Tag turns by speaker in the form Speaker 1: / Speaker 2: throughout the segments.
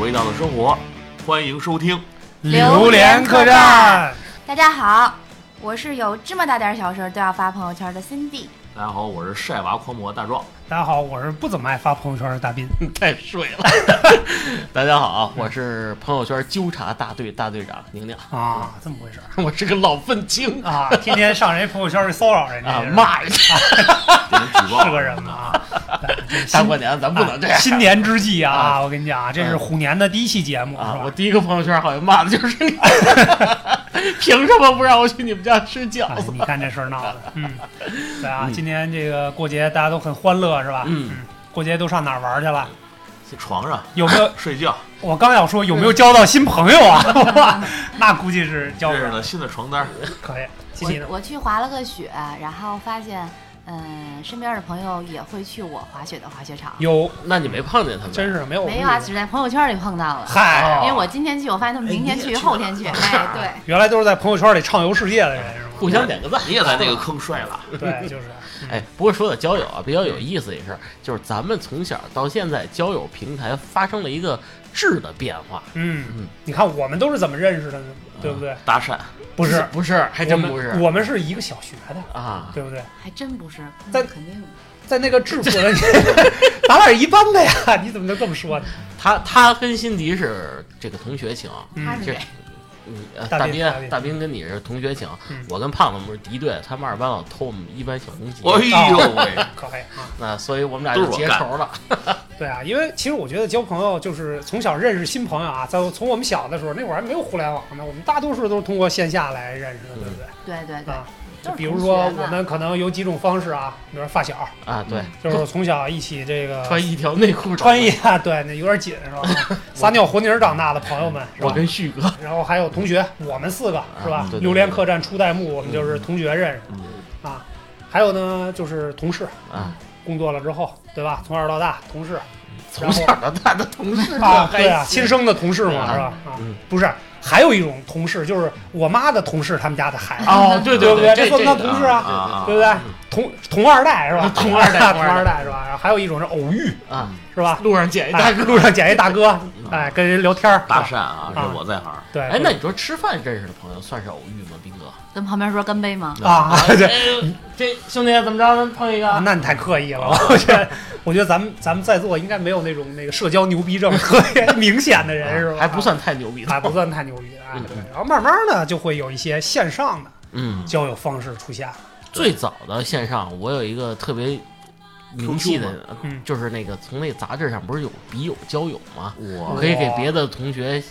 Speaker 1: 味道的生活，欢迎收听。
Speaker 2: 榴莲客栈，
Speaker 3: 大家好，我是有这么大点小事都要发朋友圈的 Cindy。
Speaker 1: 大家好，我是晒娃狂魔大 壮。
Speaker 2: 大家好，我是不怎么爱发朋友圈的大斌。
Speaker 4: 太水了！大家好，我是朋友圈纠察大队大队长宁 宁，
Speaker 2: 啊，这么回事儿
Speaker 4: 我是个老愤青
Speaker 2: 啊？天天上人家朋友圈去骚扰人家
Speaker 4: 啊，，骂人！
Speaker 1: 给人举报
Speaker 2: 是个人 吗？对
Speaker 4: 大过年咱不能这样
Speaker 2: 啊新年之际啊，
Speaker 4: 啊
Speaker 2: 我跟你讲啊，这是虎年的第一期节目，
Speaker 4: 啊！
Speaker 2: 是
Speaker 4: 我
Speaker 2: 吧？
Speaker 4: 第一个朋友圈好像骂的就是 你，凭什么不让我去你们家吃饺
Speaker 2: 哎
Speaker 4: 子？
Speaker 2: 你看这事儿闹 的，嗯，对啊，今年这个过节大家都很欢乐，是吧？
Speaker 4: 嗯，啊
Speaker 2: 过节都上哪儿玩去了？
Speaker 1: 在床上
Speaker 2: 有没 有？
Speaker 1: 睡 觉，
Speaker 2: 我刚要说有
Speaker 4: 嗯
Speaker 2: 没有交到新朋友啊？ 哇那估计是交不
Speaker 1: 认识
Speaker 2: 了。
Speaker 1: 了新的床单，
Speaker 2: 可以，琪琪呢
Speaker 3: 我？我去滑了个雪，然后发现，嗯、身边的朋友也会去我滑雪的滑雪场。
Speaker 2: 有，
Speaker 4: 哎那你没碰见他们？
Speaker 2: 真是没有
Speaker 3: 没有啊，只是在朋友圈里碰到了。
Speaker 2: 嗨
Speaker 3: 因为
Speaker 4: 哦
Speaker 3: 我今天去，我发现他们明天去，后天去。哎，对，
Speaker 2: 原来都是在朋友圈里畅游世界的人是吗？
Speaker 4: 互相点个赞。
Speaker 1: 你也在那个坑摔了。
Speaker 2: 对， 就是
Speaker 4: 哎，不过说到交友啊，比较有意思一事儿，就是咱们从小到现在交友平台发生了一个质的变化。
Speaker 2: 嗯，你看我们都是怎么认识的呢？对不对？
Speaker 1: 搭讪，
Speaker 2: 不是，
Speaker 4: 不是，啊还真不
Speaker 2: 我们
Speaker 4: 是
Speaker 2: 我们是一个小学的，
Speaker 4: 啊！
Speaker 2: 对不对？
Speaker 3: 还真不是，那
Speaker 2: 但
Speaker 3: 肯定
Speaker 2: 在那个制 服的， 咱俩是一班的呀，你怎么能这么说呢？
Speaker 4: 他他跟辛迪是这个同学情，
Speaker 3: 他是
Speaker 4: 这
Speaker 3: 谁？
Speaker 4: 嗯，呃
Speaker 2: 大
Speaker 4: 大
Speaker 2: 斌
Speaker 4: 斌
Speaker 2: 大斌
Speaker 4: 大斌跟你是同学情
Speaker 2: 嗯，
Speaker 4: 我跟胖子不是敌对，他们二班老偷我们一班小红旗，
Speaker 1: 哎呦喂，
Speaker 2: 可以啊，
Speaker 4: 那所以我们俩
Speaker 1: 都是
Speaker 4: 就
Speaker 1: 我
Speaker 4: 结
Speaker 1: 干
Speaker 4: 仇了。
Speaker 2: 对啊，因为其实我觉得交朋友就是从小认识新朋友啊，在我从我们小的时候那会儿还没有互联网呢，我们大多数都是通过线下来认识的，对不对？
Speaker 3: 对对对
Speaker 2: 啊，
Speaker 3: 都
Speaker 2: 就是比如
Speaker 3: 同
Speaker 2: 说
Speaker 3: 学嘛
Speaker 2: 我们可能有几种方式啊，比如说发小，
Speaker 4: 啊，
Speaker 1: 嗯
Speaker 4: 对，
Speaker 2: 就是从小一起这个
Speaker 4: 穿一条内 裤找
Speaker 2: 穿衣啊，对，那有点紧是 吧？撒尿和泥儿长大的朋友们，是
Speaker 4: 我
Speaker 2: 吧？
Speaker 4: 跟旭哥，
Speaker 2: 然后还有同学，我们四个是吧
Speaker 4: 嗯？对对
Speaker 2: 榴莲客栈初代目，我们就是同学认识的、
Speaker 1: 嗯
Speaker 2: 啊。还有呢，就是同事，
Speaker 4: 啊，
Speaker 2: 工作了之后，对吧？从小到大，同事
Speaker 4: 从小到大的同事
Speaker 2: 啊，
Speaker 4: 还
Speaker 2: 对啊，亲生的同事嘛，
Speaker 4: 啊
Speaker 2: 是吧？啊
Speaker 4: 嗯，
Speaker 2: 不是，还有一种同事，就是我妈的同事，他们家的孩子，
Speaker 4: 哦，对
Speaker 2: 对不
Speaker 4: 对，
Speaker 2: 对这算不算同事啊
Speaker 1: 啊
Speaker 2: 对不对
Speaker 4: 嗯？
Speaker 2: 同同二代是吧？
Speaker 4: 同二 代
Speaker 2: 同
Speaker 4: 同
Speaker 2: 二
Speaker 4: 二代
Speaker 2: 代是吧？然后还有一种是偶遇，
Speaker 4: 啊，
Speaker 2: 是吧？
Speaker 4: 路上捡一大
Speaker 2: 哎，
Speaker 4: 哥。嗯
Speaker 2: 路上捡一大哥，哎，跟人聊天儿，
Speaker 1: 搭
Speaker 2: 是
Speaker 1: 讪
Speaker 2: 吧
Speaker 1: 啊，
Speaker 2: 啊
Speaker 1: 这我在行。
Speaker 2: 对，
Speaker 4: 哎，那你说吃饭认识的朋友算是偶遇吗，斌哥？
Speaker 3: 跟旁边说干杯吗？
Speaker 2: 啊，对。
Speaker 4: 哎，这兄弟怎么着？咱碰一个
Speaker 2: 啊，那你太刻意了， 我觉得，我觉得咱们咱们在座应该没有那种那个社交牛逼症特别明显的人是吧？
Speaker 4: 还不算太牛逼
Speaker 2: 啊啊，还
Speaker 4: 的，
Speaker 2: 不算太牛逼啊。
Speaker 4: 嗯
Speaker 2: 对然后慢慢的就会有一些线上的
Speaker 4: 嗯。
Speaker 2: 交友方式出现了，
Speaker 4: 最早的线上，我有一个特别名气的
Speaker 1: QQ
Speaker 4: 人，
Speaker 2: 嗯
Speaker 4: 就是那个从那杂志上不是有笔友交友吗？我
Speaker 1: 我
Speaker 4: 可以给别的同学、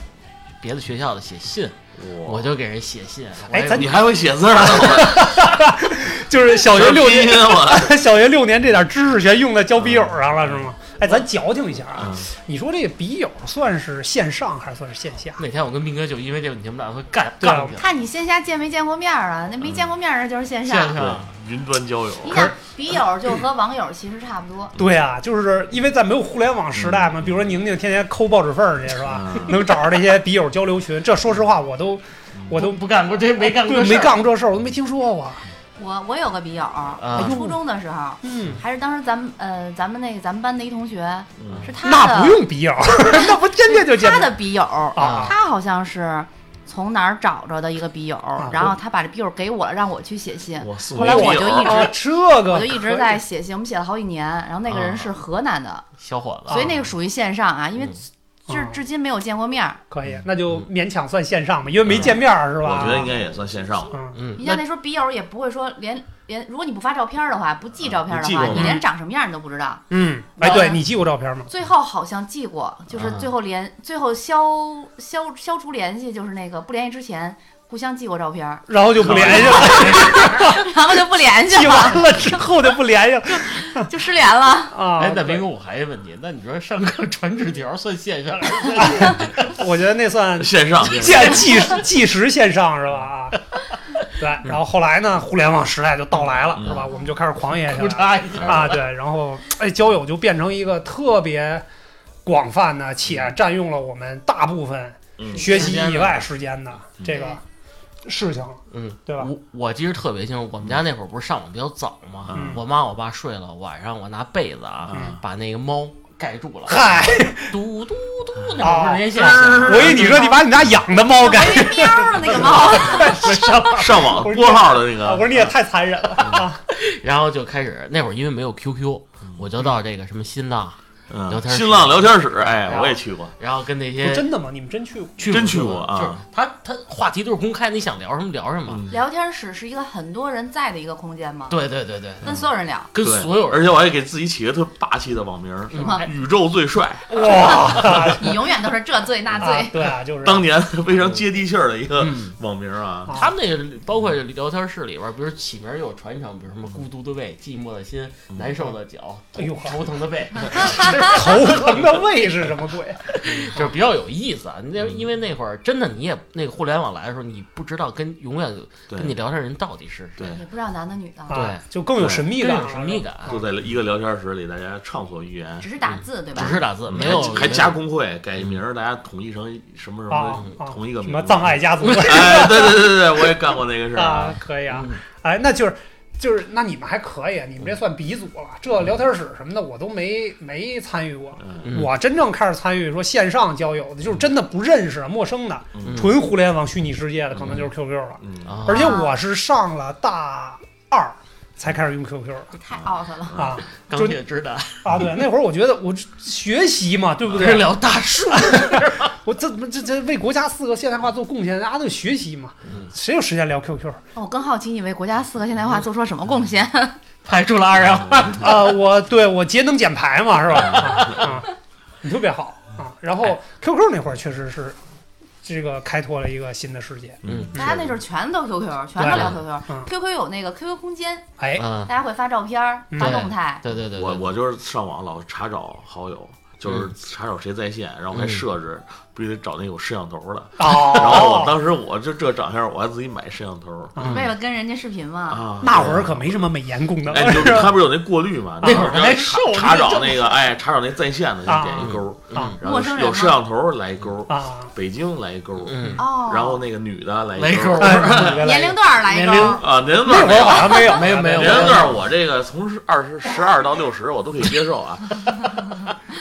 Speaker 4: 别的学校的写信，我就给人写信。
Speaker 2: 嗯哎
Speaker 4: 我
Speaker 2: 咱
Speaker 1: 你还会写字儿啊？
Speaker 2: 就是小学六
Speaker 1: 拼音啊
Speaker 2: 年，
Speaker 1: 我
Speaker 2: 小学六年这点知识全用在交笔友上了是吗？哎，咱矫情一下啊，
Speaker 1: 嗯
Speaker 2: 你说这个笔友算是线上还是算是线下？
Speaker 4: 哪天我跟斌哥就因为这问题，我们俩会干
Speaker 2: 对啊
Speaker 4: 干起来。
Speaker 3: 看你线下见没见过面儿啊？那没见过面儿的就是线上。
Speaker 4: 线
Speaker 2: 嗯
Speaker 4: 上
Speaker 1: 对，云端交友，
Speaker 3: 你想，笔友就和网友其实差不多。
Speaker 2: 对啊，就是因为在没有互联网时代嘛，比如说宁宁天天抠报纸缝儿去是吧？
Speaker 1: 嗯
Speaker 2: 能找着这些笔友交流群，这说实话我都我都
Speaker 4: 都不干过这没干过
Speaker 2: 对
Speaker 4: 这事
Speaker 2: 没
Speaker 4: 儿
Speaker 2: 干过这事儿，我都没听说过。
Speaker 3: 我我有个笔友，
Speaker 4: 啊
Speaker 3: 初中的时候，
Speaker 2: 嗯，
Speaker 3: 还是当时咱们呃咱们那个咱们班的一同学，
Speaker 1: 嗯
Speaker 3: 是他的
Speaker 2: 那不用笔友， 那不天天就见
Speaker 3: 他
Speaker 2: 面
Speaker 3: 的笔友，
Speaker 2: 啊
Speaker 3: 他好像是从哪儿找着的一个笔友，
Speaker 2: 啊
Speaker 3: 然后他把这笔友给我了，让我去写信，
Speaker 1: 我素
Speaker 3: 后来
Speaker 1: 未
Speaker 3: 我
Speaker 1: 必
Speaker 3: 就
Speaker 1: 有
Speaker 3: 一直
Speaker 2: 啊，这个
Speaker 3: 哦我就一直在
Speaker 2: 可以
Speaker 3: 写信，我们写了好几年。然后那个人是河南的，
Speaker 4: 小伙子啊
Speaker 3: 所以那个属于线上啊，因为
Speaker 4: 嗯
Speaker 3: 至
Speaker 2: 啊嗯
Speaker 3: 至今没有见过面儿。
Speaker 2: 可以，那就勉强算线上吧，因为没见面儿是吧？
Speaker 1: 嗯我觉得应该也算线上了。
Speaker 2: 嗯，
Speaker 4: 嗯，
Speaker 3: 你像
Speaker 4: 那
Speaker 3: 那时候笔友也不会说连连，如果你不发照片儿的话，不
Speaker 2: 啊
Speaker 3: 寄照片儿
Speaker 1: 不
Speaker 3: 的
Speaker 1: 寄
Speaker 3: 话，
Speaker 1: 过
Speaker 3: 你
Speaker 2: 吗
Speaker 3: 连长什么样你都不知道。
Speaker 2: 嗯，哎，对你寄过照片吗？
Speaker 3: 最后好像记过，就是
Speaker 4: 啊
Speaker 3: 最后联、最后消消消除联系，就是那个不联系之前互相寄过照 片儿，
Speaker 2: 然后就不联系了，
Speaker 3: 然后就不联系
Speaker 2: 寄
Speaker 3: 了，
Speaker 2: 完了之后就不联系了
Speaker 3: 就失联 了。
Speaker 2: 啊。
Speaker 4: 哎，
Speaker 2: 对
Speaker 4: 那斌哥，我还有一问题，那你说上课 传纸条算线上？
Speaker 2: 我觉得那算
Speaker 1: 线上，
Speaker 2: 见即时即时线上是吧？啊，对，然后后来呢，互联网时代就到来了，
Speaker 1: 嗯
Speaker 2: 是吧？我们就开始狂野起来
Speaker 4: 裤
Speaker 2: 了。
Speaker 4: 衩一下
Speaker 2: 啊，对，然后哎，交友就变成一个特别广泛的，且占用了我们大部分
Speaker 1: 嗯
Speaker 2: 学习以外时间的这个事情了。
Speaker 4: 嗯，
Speaker 2: 对吧啊
Speaker 4: 我我记得特别清，楚，我们家那会儿不是上网比较早嘛，
Speaker 2: 嗯
Speaker 4: 我妈我爸睡了，晚上我拿被子啊，
Speaker 2: 嗯
Speaker 4: 把那个猫盖住了，
Speaker 2: 嗨，啊
Speaker 4: 嘟嘟嘟，两根连线响。
Speaker 2: 我以为你说你把你们家养的猫给，
Speaker 3: 喵儿那个猫，
Speaker 1: 上网
Speaker 2: 不是
Speaker 1: 拨号的那
Speaker 2: 啊我说
Speaker 1: 个，
Speaker 2: 你也太残忍了啊！
Speaker 4: 然后就开始那会儿，因为没有 QQ，我就到这个什么新浪，聊
Speaker 1: 嗯，
Speaker 4: 天室
Speaker 1: 新浪聊天室，
Speaker 4: 然
Speaker 1: 哎，
Speaker 4: 后
Speaker 1: 我也去过，
Speaker 4: 然后跟那
Speaker 2: 不
Speaker 4: 些
Speaker 2: 是真的吗？你们真去过？
Speaker 4: 去
Speaker 1: 真
Speaker 4: 去
Speaker 1: 去过啊
Speaker 4: 就是他他话题都是公开，你想聊什么聊什么。
Speaker 1: 嗯
Speaker 3: 聊天室是一个很多人在的一个空间吗？
Speaker 4: 对对对对，
Speaker 3: 跟所有人聊，
Speaker 4: 跟
Speaker 1: 对
Speaker 4: 所有人
Speaker 1: 而且我还给自己起个特霸气的网名儿，
Speaker 4: 嗯
Speaker 3: 是吗？
Speaker 1: 宇宙最帅。
Speaker 4: 啊
Speaker 2: 哇，
Speaker 3: 你永远都是这罪那
Speaker 2: 啊
Speaker 3: 罪，
Speaker 2: 对啊，就是
Speaker 1: 当年 非常接地气儿的一个
Speaker 4: 嗯
Speaker 1: 网名啊，
Speaker 4: 他们那个包括聊天室里边儿，比如起名儿有传承，比如什么孤独的胃、寂寞的心、
Speaker 1: 嗯
Speaker 4: 难受的脚、
Speaker 2: 哎呦
Speaker 4: 头疼 的背，
Speaker 2: 这头疼的胃是什么鬼？
Speaker 4: 就是比较有意思啊。那
Speaker 1: 嗯
Speaker 4: 因为那会儿真的你也那个互联网来的时候，你不知道跟永远
Speaker 1: 对
Speaker 4: 跟你聊天人到底是谁，
Speaker 1: 对，
Speaker 3: 也不知道男的女的，
Speaker 2: 啊，就更有神秘
Speaker 4: 更
Speaker 2: 感
Speaker 4: 有
Speaker 2: 了，
Speaker 4: 神秘感，
Speaker 1: 就在一个聊天室里，大家畅所欲言
Speaker 3: 只，是打字对吧
Speaker 4: 嗯只？是打字，没有嗯
Speaker 1: 还加
Speaker 4: 工。
Speaker 1: 工会改名儿，大家统一成什么什
Speaker 2: 啊
Speaker 1: 么
Speaker 2: 啊！
Speaker 1: 同一个
Speaker 2: 什
Speaker 1: 名
Speaker 2: 么
Speaker 1: 字
Speaker 2: 葬爱家族
Speaker 1: 哎，对对对对对，我也干过那个事儿
Speaker 2: 啊
Speaker 1: 啊，，
Speaker 2: 可以啊。
Speaker 4: 嗯
Speaker 2: 哎，那就是就是，那你们还可以，你们这算鼻祖了。这聊天室什么的，我都没没参与过。
Speaker 1: 嗯，
Speaker 4: 嗯
Speaker 2: 我真正开始参与说线上交友的，就是真的不认识、陌生的，
Speaker 1: 嗯
Speaker 2: 纯互联网虚拟世界的，可能就是 QQ 了。
Speaker 1: 嗯
Speaker 4: 啊
Speaker 2: 而且我是上了大二才开始用 QQ 的
Speaker 3: 这太 out 了。
Speaker 2: 啊
Speaker 4: 钢铁直男，
Speaker 2: 啊！对，那会儿我觉得我学习嘛，对不
Speaker 4: 是
Speaker 2: 对？
Speaker 4: 聊大树，
Speaker 2: 我这这这为国家四个现代化做贡献，大家都学习嘛，
Speaker 1: 嗯
Speaker 2: 谁有时间聊 QQ？
Speaker 1: 啊
Speaker 3: 我更好奇你为国家四个现代
Speaker 4: 嗯
Speaker 3: 化做出了什么贡献？
Speaker 4: 排除了二氧化碳。
Speaker 2: 啊，我对我节能减排嘛，是吧？
Speaker 1: 嗯
Speaker 2: 啊，你特别好啊。然后 QQ 那会儿确实是这个开拓了一个新的世界，
Speaker 1: 嗯，
Speaker 3: 大家那时候全都 QQ，全都聊 QQ
Speaker 2: 嗯。
Speaker 3: QQ 有那个 QQ 空间，
Speaker 2: 哎，
Speaker 4: 嗯
Speaker 3: 大，家会发照片儿、
Speaker 2: 嗯
Speaker 3: 发动态，
Speaker 4: 对对对，对
Speaker 1: 我我就是上网老查找好友，就是
Speaker 2: 嗯
Speaker 1: 查找谁在线，然后我还设置必须得找那有摄像头的。然后我
Speaker 2: 哦，
Speaker 1: 当时我就这长相，我还自己买摄像头
Speaker 2: 嗯
Speaker 3: 为了跟人家视频嘛。
Speaker 1: 啊。
Speaker 2: 那会儿可没什么美颜功能，
Speaker 1: 哎，就他不是有那过滤嘛？
Speaker 4: 那会儿
Speaker 1: 你要
Speaker 4: 还
Speaker 1: 查
Speaker 4: 瘦
Speaker 1: 查
Speaker 4: 那
Speaker 1: 找
Speaker 4: 阵
Speaker 1: 那个，哎，查找那在线的，
Speaker 2: 啊
Speaker 1: 就点一勾，
Speaker 2: 啊
Speaker 1: 然后
Speaker 3: 陌生人吗
Speaker 1: 有摄像头来一勾，
Speaker 2: 啊，
Speaker 1: 北京来一勾，
Speaker 4: 嗯，
Speaker 3: 哦，
Speaker 1: 然后那个女的来
Speaker 4: 来
Speaker 1: 一
Speaker 4: 一
Speaker 1: 勾
Speaker 4: 勾，
Speaker 2: 哎你别来
Speaker 3: 年龄段儿来一
Speaker 4: 年龄
Speaker 3: 个，
Speaker 1: 啊。您
Speaker 2: 那
Speaker 1: 那
Speaker 2: 会儿好像没有，
Speaker 4: 没有没有
Speaker 1: 年龄段我这个从二十十二到六十我都可以接受 啊，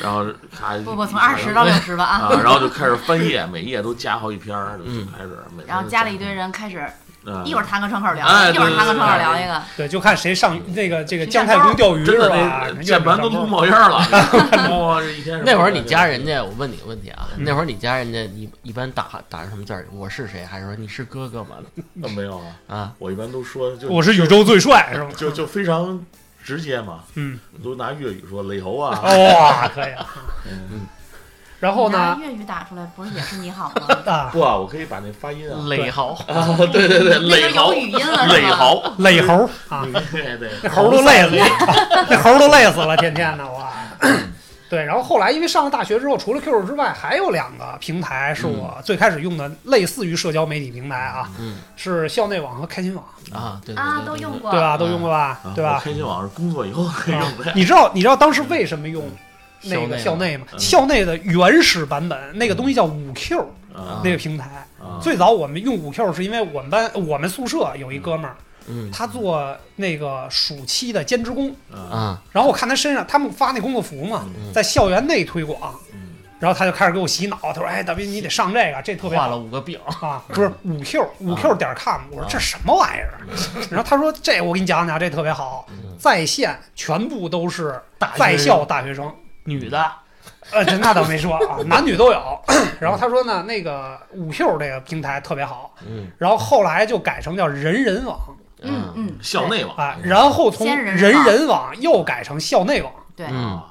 Speaker 1: 然后咔
Speaker 3: 不不，从二十到六十吧啊。
Speaker 1: 啊，然后就开始翻页，每页都加好几篇儿，就
Speaker 4: 嗯
Speaker 1: 开始每天
Speaker 3: 然后加了一堆人，开始
Speaker 1: 嗯，
Speaker 3: 一会儿谈个窗口聊，
Speaker 1: 哎
Speaker 3: 一会儿
Speaker 1: 对
Speaker 3: 谈个窗口
Speaker 1: 对对
Speaker 3: 聊
Speaker 1: 对
Speaker 3: 一个。
Speaker 2: 对，就看谁上那个这个
Speaker 3: 谁
Speaker 2: 姜
Speaker 3: 上
Speaker 2: 太公钓鱼
Speaker 1: 真
Speaker 2: 是
Speaker 1: 的
Speaker 2: 吧啊
Speaker 1: 那？键盘都撸
Speaker 2: 弄
Speaker 1: 冒烟 儿了，哇，这一天
Speaker 4: 那会儿你加人家，我问你个问题啊，那会儿你加人家，你一般打打什么字儿？我是谁？还是说你是哥哥吗？
Speaker 1: 那没有啊？
Speaker 4: 啊，
Speaker 1: 我一般都说就
Speaker 2: 我是宇宙最帅是吗？
Speaker 1: 就就非常直接嘛，
Speaker 2: 嗯，
Speaker 1: 都拿粤语说雷猴啊，
Speaker 2: 哇，可以啊。
Speaker 1: 嗯
Speaker 2: 然后
Speaker 3: 拿
Speaker 2: 呢？？
Speaker 3: 粤语打出来不是也是你好吗
Speaker 2: 啊，
Speaker 1: 不啊，我可以把那发音啊，
Speaker 4: 磊豪，
Speaker 1: 啊，对对对，
Speaker 3: 嗯那
Speaker 1: 雷
Speaker 3: 就有
Speaker 1: 猴，
Speaker 3: 语音了，
Speaker 1: 雷
Speaker 3: 是吧？
Speaker 1: 猴，
Speaker 2: 累猴啊，
Speaker 1: 对对，
Speaker 2: 那猴儿都累死了， 那猴儿都累死了，天天的我。对，然后后来因为上了大学之后，除了 QQ 之外，还有两个平台是我最开始用的，类似于社交媒体平台啊，
Speaker 4: 嗯
Speaker 2: 是校内网和开心网，
Speaker 4: 啊，对对对
Speaker 3: 啊，
Speaker 4: 对
Speaker 3: 都用过
Speaker 2: 对。吧？都用过吧？
Speaker 1: 啊
Speaker 2: 对
Speaker 1: 我
Speaker 2: 吧？啊
Speaker 1: 开心网是工作以后才用 的，
Speaker 2: 你知道你知道当时为什么用那个校
Speaker 4: 校内
Speaker 2: 内吗？
Speaker 1: 嗯
Speaker 2: 校内的原始版本那个东西叫五 Q
Speaker 1: 啊
Speaker 2: 那个平台，
Speaker 1: 啊
Speaker 2: 最早我们用五 Q 是因为我们班我们宿舍有一哥们儿，
Speaker 4: 嗯
Speaker 2: 他做那个暑期的兼职工。
Speaker 1: 啊
Speaker 4: 啊，
Speaker 2: 然后我看他身上，他们发那工作服嘛，
Speaker 4: 嗯
Speaker 2: 在校园内推广，
Speaker 1: 嗯
Speaker 2: 然后他就开始给我洗脑，他说：“哎，大斌，你得上这个，这特别
Speaker 4: 画
Speaker 2: 好
Speaker 4: 了五嗯啊个饼，
Speaker 2: 啊，不是五 Q 五 Q 点 com。”我说：“这什么玩意儿？”
Speaker 4: 嗯
Speaker 2: 然后他说：“这我给你讲讲，这特别好，在线全部都是
Speaker 4: 大学
Speaker 2: 在校大学 生，
Speaker 4: 女的，
Speaker 2: 呃，这那倒没说啊，男女都有。” 然后他说呢，那个五 Q 这个平台特别好，
Speaker 4: 嗯
Speaker 2: 然后后来就改成叫人人网
Speaker 3: 嗯嗯，
Speaker 1: 校内网
Speaker 2: 啊，然后从
Speaker 3: 先
Speaker 2: 人
Speaker 3: 人人网
Speaker 2: 人网又改成校内网，
Speaker 3: 对。
Speaker 2: 啊
Speaker 3: 对
Speaker 4: 嗯，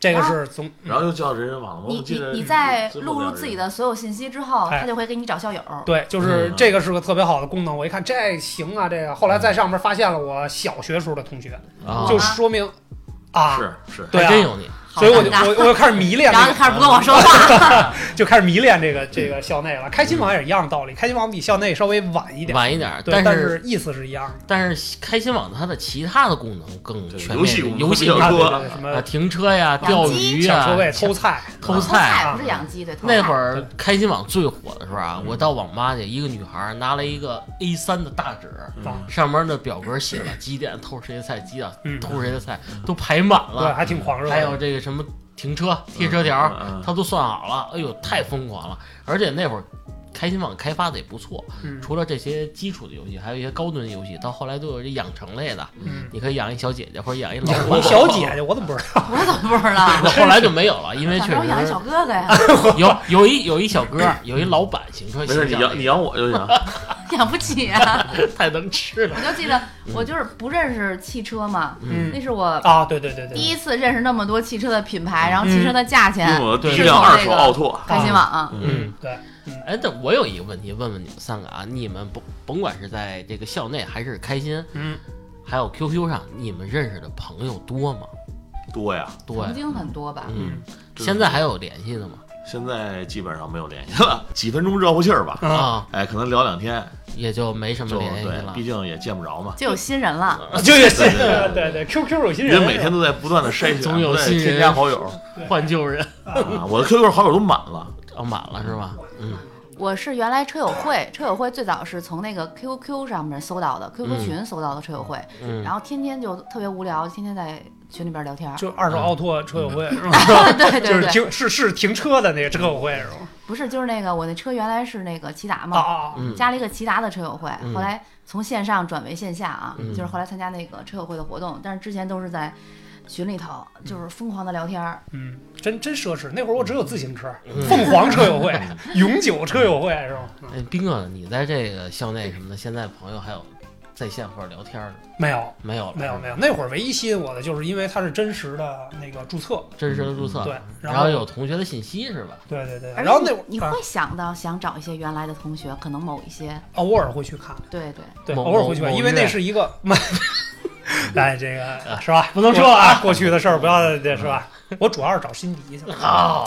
Speaker 2: 这个
Speaker 3: 然后
Speaker 2: 是从
Speaker 1: 啊然后又叫人人网络。
Speaker 3: 你
Speaker 1: 我记
Speaker 3: 你
Speaker 1: 得
Speaker 3: 你在
Speaker 1: 最后
Speaker 3: 录入
Speaker 1: 点人
Speaker 3: 自己的所有信息之后，
Speaker 2: 哎
Speaker 3: 他就会给你找校友。
Speaker 2: 对，就是
Speaker 1: 嗯
Speaker 2: 这个是个特别好的功能。我一看这行啊，这个后来在上面发现了我小学时候的同学，
Speaker 4: 嗯
Speaker 3: 嗯
Speaker 4: 啊，
Speaker 2: 就说明啊，
Speaker 1: 是是，
Speaker 2: 对
Speaker 4: 还
Speaker 2: 啊，
Speaker 4: 真有你，
Speaker 3: 好
Speaker 2: 所以我就
Speaker 3: 尴尬
Speaker 2: 我我就开始迷 恋
Speaker 3: 然后
Speaker 2: 这个
Speaker 3: 就，开始不跟我说话。
Speaker 2: 就开始迷恋这个这
Speaker 4: 嗯
Speaker 2: 个校内了。开心网也是一样的道理，开心网比校内稍微晚一点，
Speaker 4: 晚一点儿，
Speaker 2: 对，但
Speaker 4: 是
Speaker 2: 意思是一样的。
Speaker 4: 但是开心网它的其他的功能更
Speaker 1: 对
Speaker 4: 全面，
Speaker 1: 游戏功能
Speaker 4: 游戏
Speaker 1: 比较
Speaker 2: 啊
Speaker 4: 功
Speaker 2: 对
Speaker 1: 多
Speaker 2: 对对什
Speaker 4: 啊，
Speaker 2: 么
Speaker 4: 停车呀、
Speaker 3: 养鸡
Speaker 4: 钓鱼
Speaker 2: 小
Speaker 4: 呀、
Speaker 2: 车位、偷菜，
Speaker 4: 偷
Speaker 3: 偷
Speaker 4: 菜
Speaker 3: 菜
Speaker 4: 啊
Speaker 3: 不是养鸡，对，偷菜
Speaker 4: 那会儿开心网最火的时
Speaker 2: 嗯
Speaker 4: 候啊，我到网吧去，一个女孩拿了一个 A 3的大纸，
Speaker 2: 啊
Speaker 1: 嗯
Speaker 4: 上面的表格写了几点偷谁的菜，几点
Speaker 2: 嗯
Speaker 4: 偷谁的菜，都排满
Speaker 2: 对，
Speaker 4: 了。
Speaker 2: 还挺狂热的。
Speaker 4: 还有这个什么停车、贴车条，
Speaker 1: 嗯嗯
Speaker 4: 他都算好了。哎呦，太疯狂了！而且那会儿开心网开发的也不错，
Speaker 2: 嗯
Speaker 4: 除了这些基础的游戏，还有一些高端的游戏，到后来都有这养成类的，
Speaker 2: 嗯，
Speaker 4: 你可以养一小姐姐或者养一老
Speaker 2: 养
Speaker 4: 鸨
Speaker 2: 一小姐姐，我怎么不知道？
Speaker 3: 我怎么不知道？
Speaker 4: 那后来就没有了，因为
Speaker 3: 小
Speaker 4: 确
Speaker 3: 时候养一
Speaker 4: 实
Speaker 3: 小哥哥呀，
Speaker 4: 有有一有一小哥，有一老板型车
Speaker 1: 没事，
Speaker 4: 形
Speaker 1: 你
Speaker 4: 象的
Speaker 1: 养你养我就行。
Speaker 3: 养不起啊！
Speaker 4: 太能吃了。
Speaker 3: 我就记得我就是不认识汽车嘛，
Speaker 2: 嗯
Speaker 3: 那是我
Speaker 2: 啊，对对对对，嗯
Speaker 3: 第一次认识那么多汽车的品牌，然后汽车的价钱
Speaker 1: 用，我第一
Speaker 4: 是
Speaker 1: 辆
Speaker 3: 从
Speaker 1: 二
Speaker 3: 这
Speaker 1: 手
Speaker 3: 个
Speaker 1: 奥拓，
Speaker 3: 开心网啊，
Speaker 4: 嗯，
Speaker 2: 对，
Speaker 4: 哎，但我有一个问题问问你们三个啊，你们甭甭管是在这个校内还是开心，
Speaker 2: 嗯，
Speaker 4: 还有 QQ 上，你们认识的朋友多吗？
Speaker 1: 多呀，
Speaker 4: 多呀
Speaker 3: 曾，经很多吧。
Speaker 4: 嗯，
Speaker 1: 真的
Speaker 4: 现在还有联系的吗？
Speaker 1: 现在基本上没有联系了，几分钟热乎气儿吧。
Speaker 2: 啊，
Speaker 4: 啊，
Speaker 1: 哎，可能聊两天
Speaker 4: 也就没什么
Speaker 1: 就
Speaker 4: 联系
Speaker 1: 对，
Speaker 4: 了
Speaker 1: 毕。竟也见不着嘛。
Speaker 3: 就有新人了，
Speaker 2: 啊就也 是
Speaker 1: 对对
Speaker 2: 对对，QQ 有新
Speaker 1: 人
Speaker 2: 人，
Speaker 1: 每天都在不断的筛选，
Speaker 4: 总有
Speaker 1: 不断地
Speaker 4: 新人
Speaker 1: 添加好友
Speaker 4: 换旧人
Speaker 1: 啊，我的 QQ 好友都满了。
Speaker 4: 啊，满了是吧？嗯
Speaker 3: 我是原来车友会，车友会最早是从那个 QQ 上面搜到的，QQ
Speaker 2: 嗯
Speaker 3: 群搜到的车友会，
Speaker 4: 嗯，
Speaker 3: 然后天天就特别无聊，天天在群里边聊
Speaker 4: 啊
Speaker 3: 天儿。
Speaker 2: 就二手奥拓车友会是 吧？
Speaker 3: 嗯啊对
Speaker 2: 就
Speaker 3: 对
Speaker 2: 是
Speaker 3: 对，
Speaker 2: 停是是停车的那个车友会是吧？
Speaker 3: 不是就是那个我那车原来是那个骐达
Speaker 2: 啊
Speaker 3: 嘛，
Speaker 2: 啊啊，
Speaker 4: 嗯
Speaker 3: 加了一个骐达的车友会，
Speaker 4: 嗯
Speaker 3: 后来从线上转为线下啊，
Speaker 4: 嗯
Speaker 3: 就是后来参加那个车友会的活动，但是之前都是在群里头就是疯狂的聊天儿，
Speaker 2: 嗯，真真奢侈。那会儿我只有自行车，
Speaker 4: 嗯
Speaker 2: 凤凰车友会、永久车友会是吧？嗯
Speaker 4: 哎，斌哥，你在这个校内什么的，现在朋友还有在线或者聊天的
Speaker 2: 没有，
Speaker 4: 没有了？
Speaker 2: 没有，没有。那会儿唯一吸引我的就是因为它是真实的那个注册，
Speaker 4: 真实的注册。
Speaker 2: 对，然
Speaker 4: 啊嗯然
Speaker 2: 后
Speaker 4: 后有同学的信息是吧？
Speaker 2: 对对对，
Speaker 3: 而
Speaker 2: 然后那
Speaker 3: 且
Speaker 2: 会儿
Speaker 3: 哎你你
Speaker 2: 啊
Speaker 3: 会想到想找一些原来的同学，可能某一些
Speaker 2: 偶尔会去看，
Speaker 3: 对对，
Speaker 2: 对，
Speaker 4: 某
Speaker 2: 偶尔会去看，
Speaker 4: 某
Speaker 2: 因为
Speaker 4: 月
Speaker 2: 那是一个。 来，这个是吧？不能说啊，过去的事儿不要，
Speaker 4: 啊
Speaker 2: 对是吧？我主要是找辛迪去了。
Speaker 4: 好，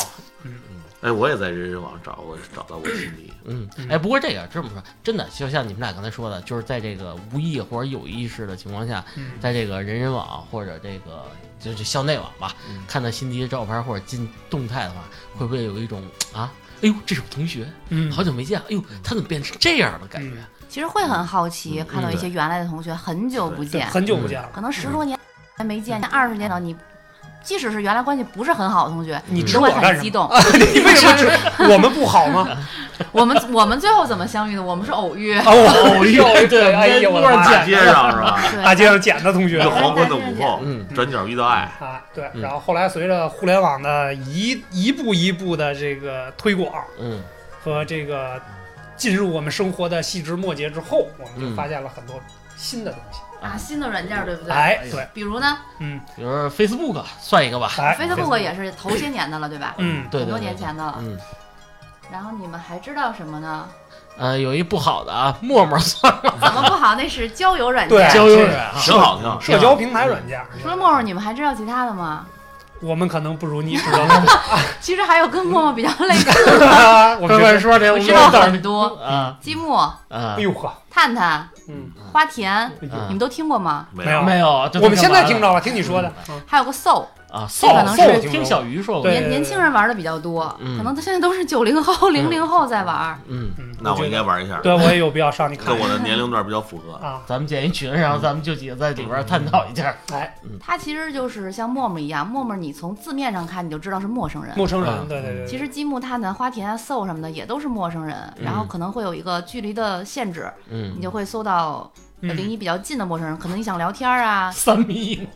Speaker 1: 哎，我也在人人网找我找到我心里。
Speaker 4: 嗯，哎，不过这个这么说，真的就像你们俩刚才说的，就是在这个无意或者有意识的情况下，
Speaker 2: 嗯
Speaker 4: 在这个人人网或者这个就是校内网吧，
Speaker 1: 嗯
Speaker 4: 看到辛迪的照片或者进动态的话，会不会有一种啊，哎呦，这是我同学，
Speaker 2: 嗯，
Speaker 4: 好久没见，哎呦，他怎么变成这样的感觉？
Speaker 2: 嗯
Speaker 3: 其实会很好奇，看到一
Speaker 1: 对
Speaker 3: 些原来的同学很久不
Speaker 2: 对，
Speaker 3: 见，
Speaker 2: 很嗯久不见了。
Speaker 3: 可能十多年没见，二十年了，你即使是原来关系不是很好的同学，
Speaker 2: 嗯你
Speaker 3: 你
Speaker 2: 指
Speaker 3: 都
Speaker 2: 我
Speaker 3: 会
Speaker 2: 干
Speaker 3: 很
Speaker 2: 什
Speaker 3: 激
Speaker 2: 么？
Speaker 3: 动。
Speaker 2: 你为什么指我们不好 吗？
Speaker 3: 我们我们最后怎么相遇的？我们是偶遇，
Speaker 2: 啊，我偶遇，
Speaker 4: 对
Speaker 2: 哎呀，我的妈
Speaker 4: 路
Speaker 1: 大
Speaker 2: 呀！
Speaker 4: 上
Speaker 1: 街上是 吧？
Speaker 3: 对
Speaker 2: 大街上捡的同
Speaker 1: 一
Speaker 2: 学
Speaker 1: 个黄昏的午后，
Speaker 4: 嗯
Speaker 1: 转角遇到爱，
Speaker 2: 啊，对。
Speaker 4: 嗯
Speaker 2: 然后后来随着互联网的一一步一步的这个推广
Speaker 4: 嗯
Speaker 2: 和这个进入我们生活的细枝末节之后，我们
Speaker 1: 嗯
Speaker 2: 就发现了很多新的东西。
Speaker 3: 啊，新的软件对不对？
Speaker 2: 哎，对，
Speaker 3: 比如呢
Speaker 2: 嗯，
Speaker 4: 比如说 Facebook 算一个吧，
Speaker 2: 哎
Speaker 3: ，Facebook 也是头些年的了，对吧？
Speaker 2: 嗯，
Speaker 4: 对对对，
Speaker 3: 很多年前的了。
Speaker 4: 嗯，
Speaker 3: 然后你们还知道什么 呢？
Speaker 4: 呃，有一不好的啊，陌陌算
Speaker 3: 怎么不好？那是交友软
Speaker 2: 对
Speaker 3: 件。
Speaker 4: 交友软
Speaker 1: 挺好听。
Speaker 2: 社交平台软件。
Speaker 3: 除了陌陌，你们还知道其他的吗？
Speaker 2: 我们可能不如你知道的，
Speaker 3: 其实还有跟陌陌比较 类似，
Speaker 2: 我们这是
Speaker 4: 说这
Speaker 3: 我知道很多，
Speaker 4: 啊
Speaker 3: 积木、
Speaker 4: 啊
Speaker 2: 哎，呦呵，
Speaker 3: 探探、
Speaker 2: 嗯，
Speaker 3: 花田，
Speaker 2: 哎呦
Speaker 3: 你
Speaker 4: 嗯
Speaker 3: 们都听过吗？
Speaker 1: 没
Speaker 2: 没有
Speaker 4: 没有，这都
Speaker 2: 我们现在
Speaker 4: 干嘛
Speaker 2: 听
Speaker 4: 了
Speaker 2: 着了，听你说的，嗯
Speaker 3: 还有个 Soul，
Speaker 4: 啊，
Speaker 3: 这可能是
Speaker 4: 听小鱼说过，
Speaker 2: 对
Speaker 3: 年年轻人玩的比较多，
Speaker 4: 嗯
Speaker 3: 可能现在都是九零后、零零后在玩儿。
Speaker 4: 嗯，
Speaker 2: 嗯，
Speaker 1: 那我
Speaker 2: 觉
Speaker 1: 应该
Speaker 2: 得，
Speaker 1: 玩一下，
Speaker 2: 对我也有必要上你看
Speaker 1: 跟我的年龄段比较符合。
Speaker 2: 啊，
Speaker 4: 咱们建一群，然后咱们就几个在里边探讨一下。
Speaker 2: 哎，
Speaker 3: 它其实就是像陌陌一样，陌陌你从字面上看你就知道是陌生人。
Speaker 2: 陌生人，
Speaker 4: 嗯
Speaker 2: 对对对，
Speaker 3: 其实积木、探探、花田啊、搜什么的也都是陌生人，然后可能会有一个距离的限制，
Speaker 4: 嗯
Speaker 3: 你就会搜到
Speaker 2: 嗯
Speaker 3: 离你比较近的陌生人。可能你想聊天啊，
Speaker 4: 三米以 内，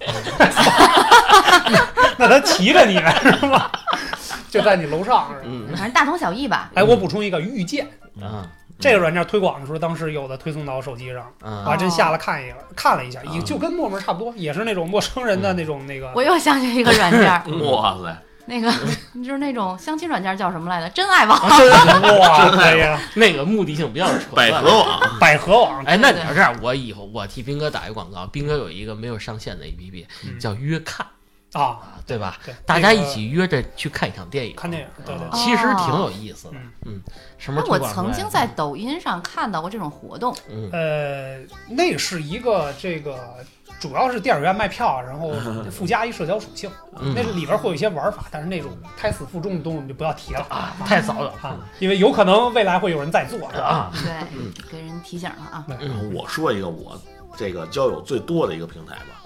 Speaker 2: 那他骑着你呗，是吧？ 就在你楼上，是吧
Speaker 4: 嗯
Speaker 3: 反正大同小异吧。
Speaker 2: 哎，我补充一个遇见
Speaker 4: 啊
Speaker 2: 这个软件推广的时候，当时有的推送到我手机上，我还
Speaker 4: 啊
Speaker 2: 真下了看一眼，看了一下，也
Speaker 4: 啊
Speaker 2: 就跟陌陌差不多，也是那种陌生人的那种那个
Speaker 3: 我又想起一个软件儿，
Speaker 1: 嗯哇塞，
Speaker 3: 那个就是那种相亲软件叫什么来着？真爱网。
Speaker 2: 哇，哎啊呀，
Speaker 4: 那个目的性比较扯
Speaker 1: 百
Speaker 4: 淡
Speaker 1: 合。网
Speaker 2: 百合网，
Speaker 4: 哎，那你要这样，我以后我替斌哥打一广告，斌哥有一个没有上线的 APP
Speaker 2: 嗯
Speaker 4: 叫约看
Speaker 2: 啊，
Speaker 4: 啊，对吧？
Speaker 2: 对，
Speaker 4: 大家
Speaker 2: 那个
Speaker 4: 一起约着去看一场电影，
Speaker 2: 看电影，对对
Speaker 4: 啊
Speaker 2: 对，
Speaker 4: 其实挺有意思的
Speaker 2: 嗯。
Speaker 4: 嗯，什么
Speaker 3: 那
Speaker 4: 时候
Speaker 3: 我
Speaker 4: 推广出来啊
Speaker 3: 曾经在抖音上看到过这种活动，
Speaker 4: 嗯
Speaker 2: 呃，那是一个这个主要是电影院卖票，然后附加一社交属性，
Speaker 4: 嗯
Speaker 2: 那里边会有一些玩法，但是那种胎死腹中的东西我们就不要提了
Speaker 4: 啊，太早了
Speaker 2: 啊，因为有可能未来会有人再做，是吧？
Speaker 4: 啊，
Speaker 3: 对， 给人提醒了啊。
Speaker 4: 嗯
Speaker 1: 我说一个我这个交友最多的一个平台吧，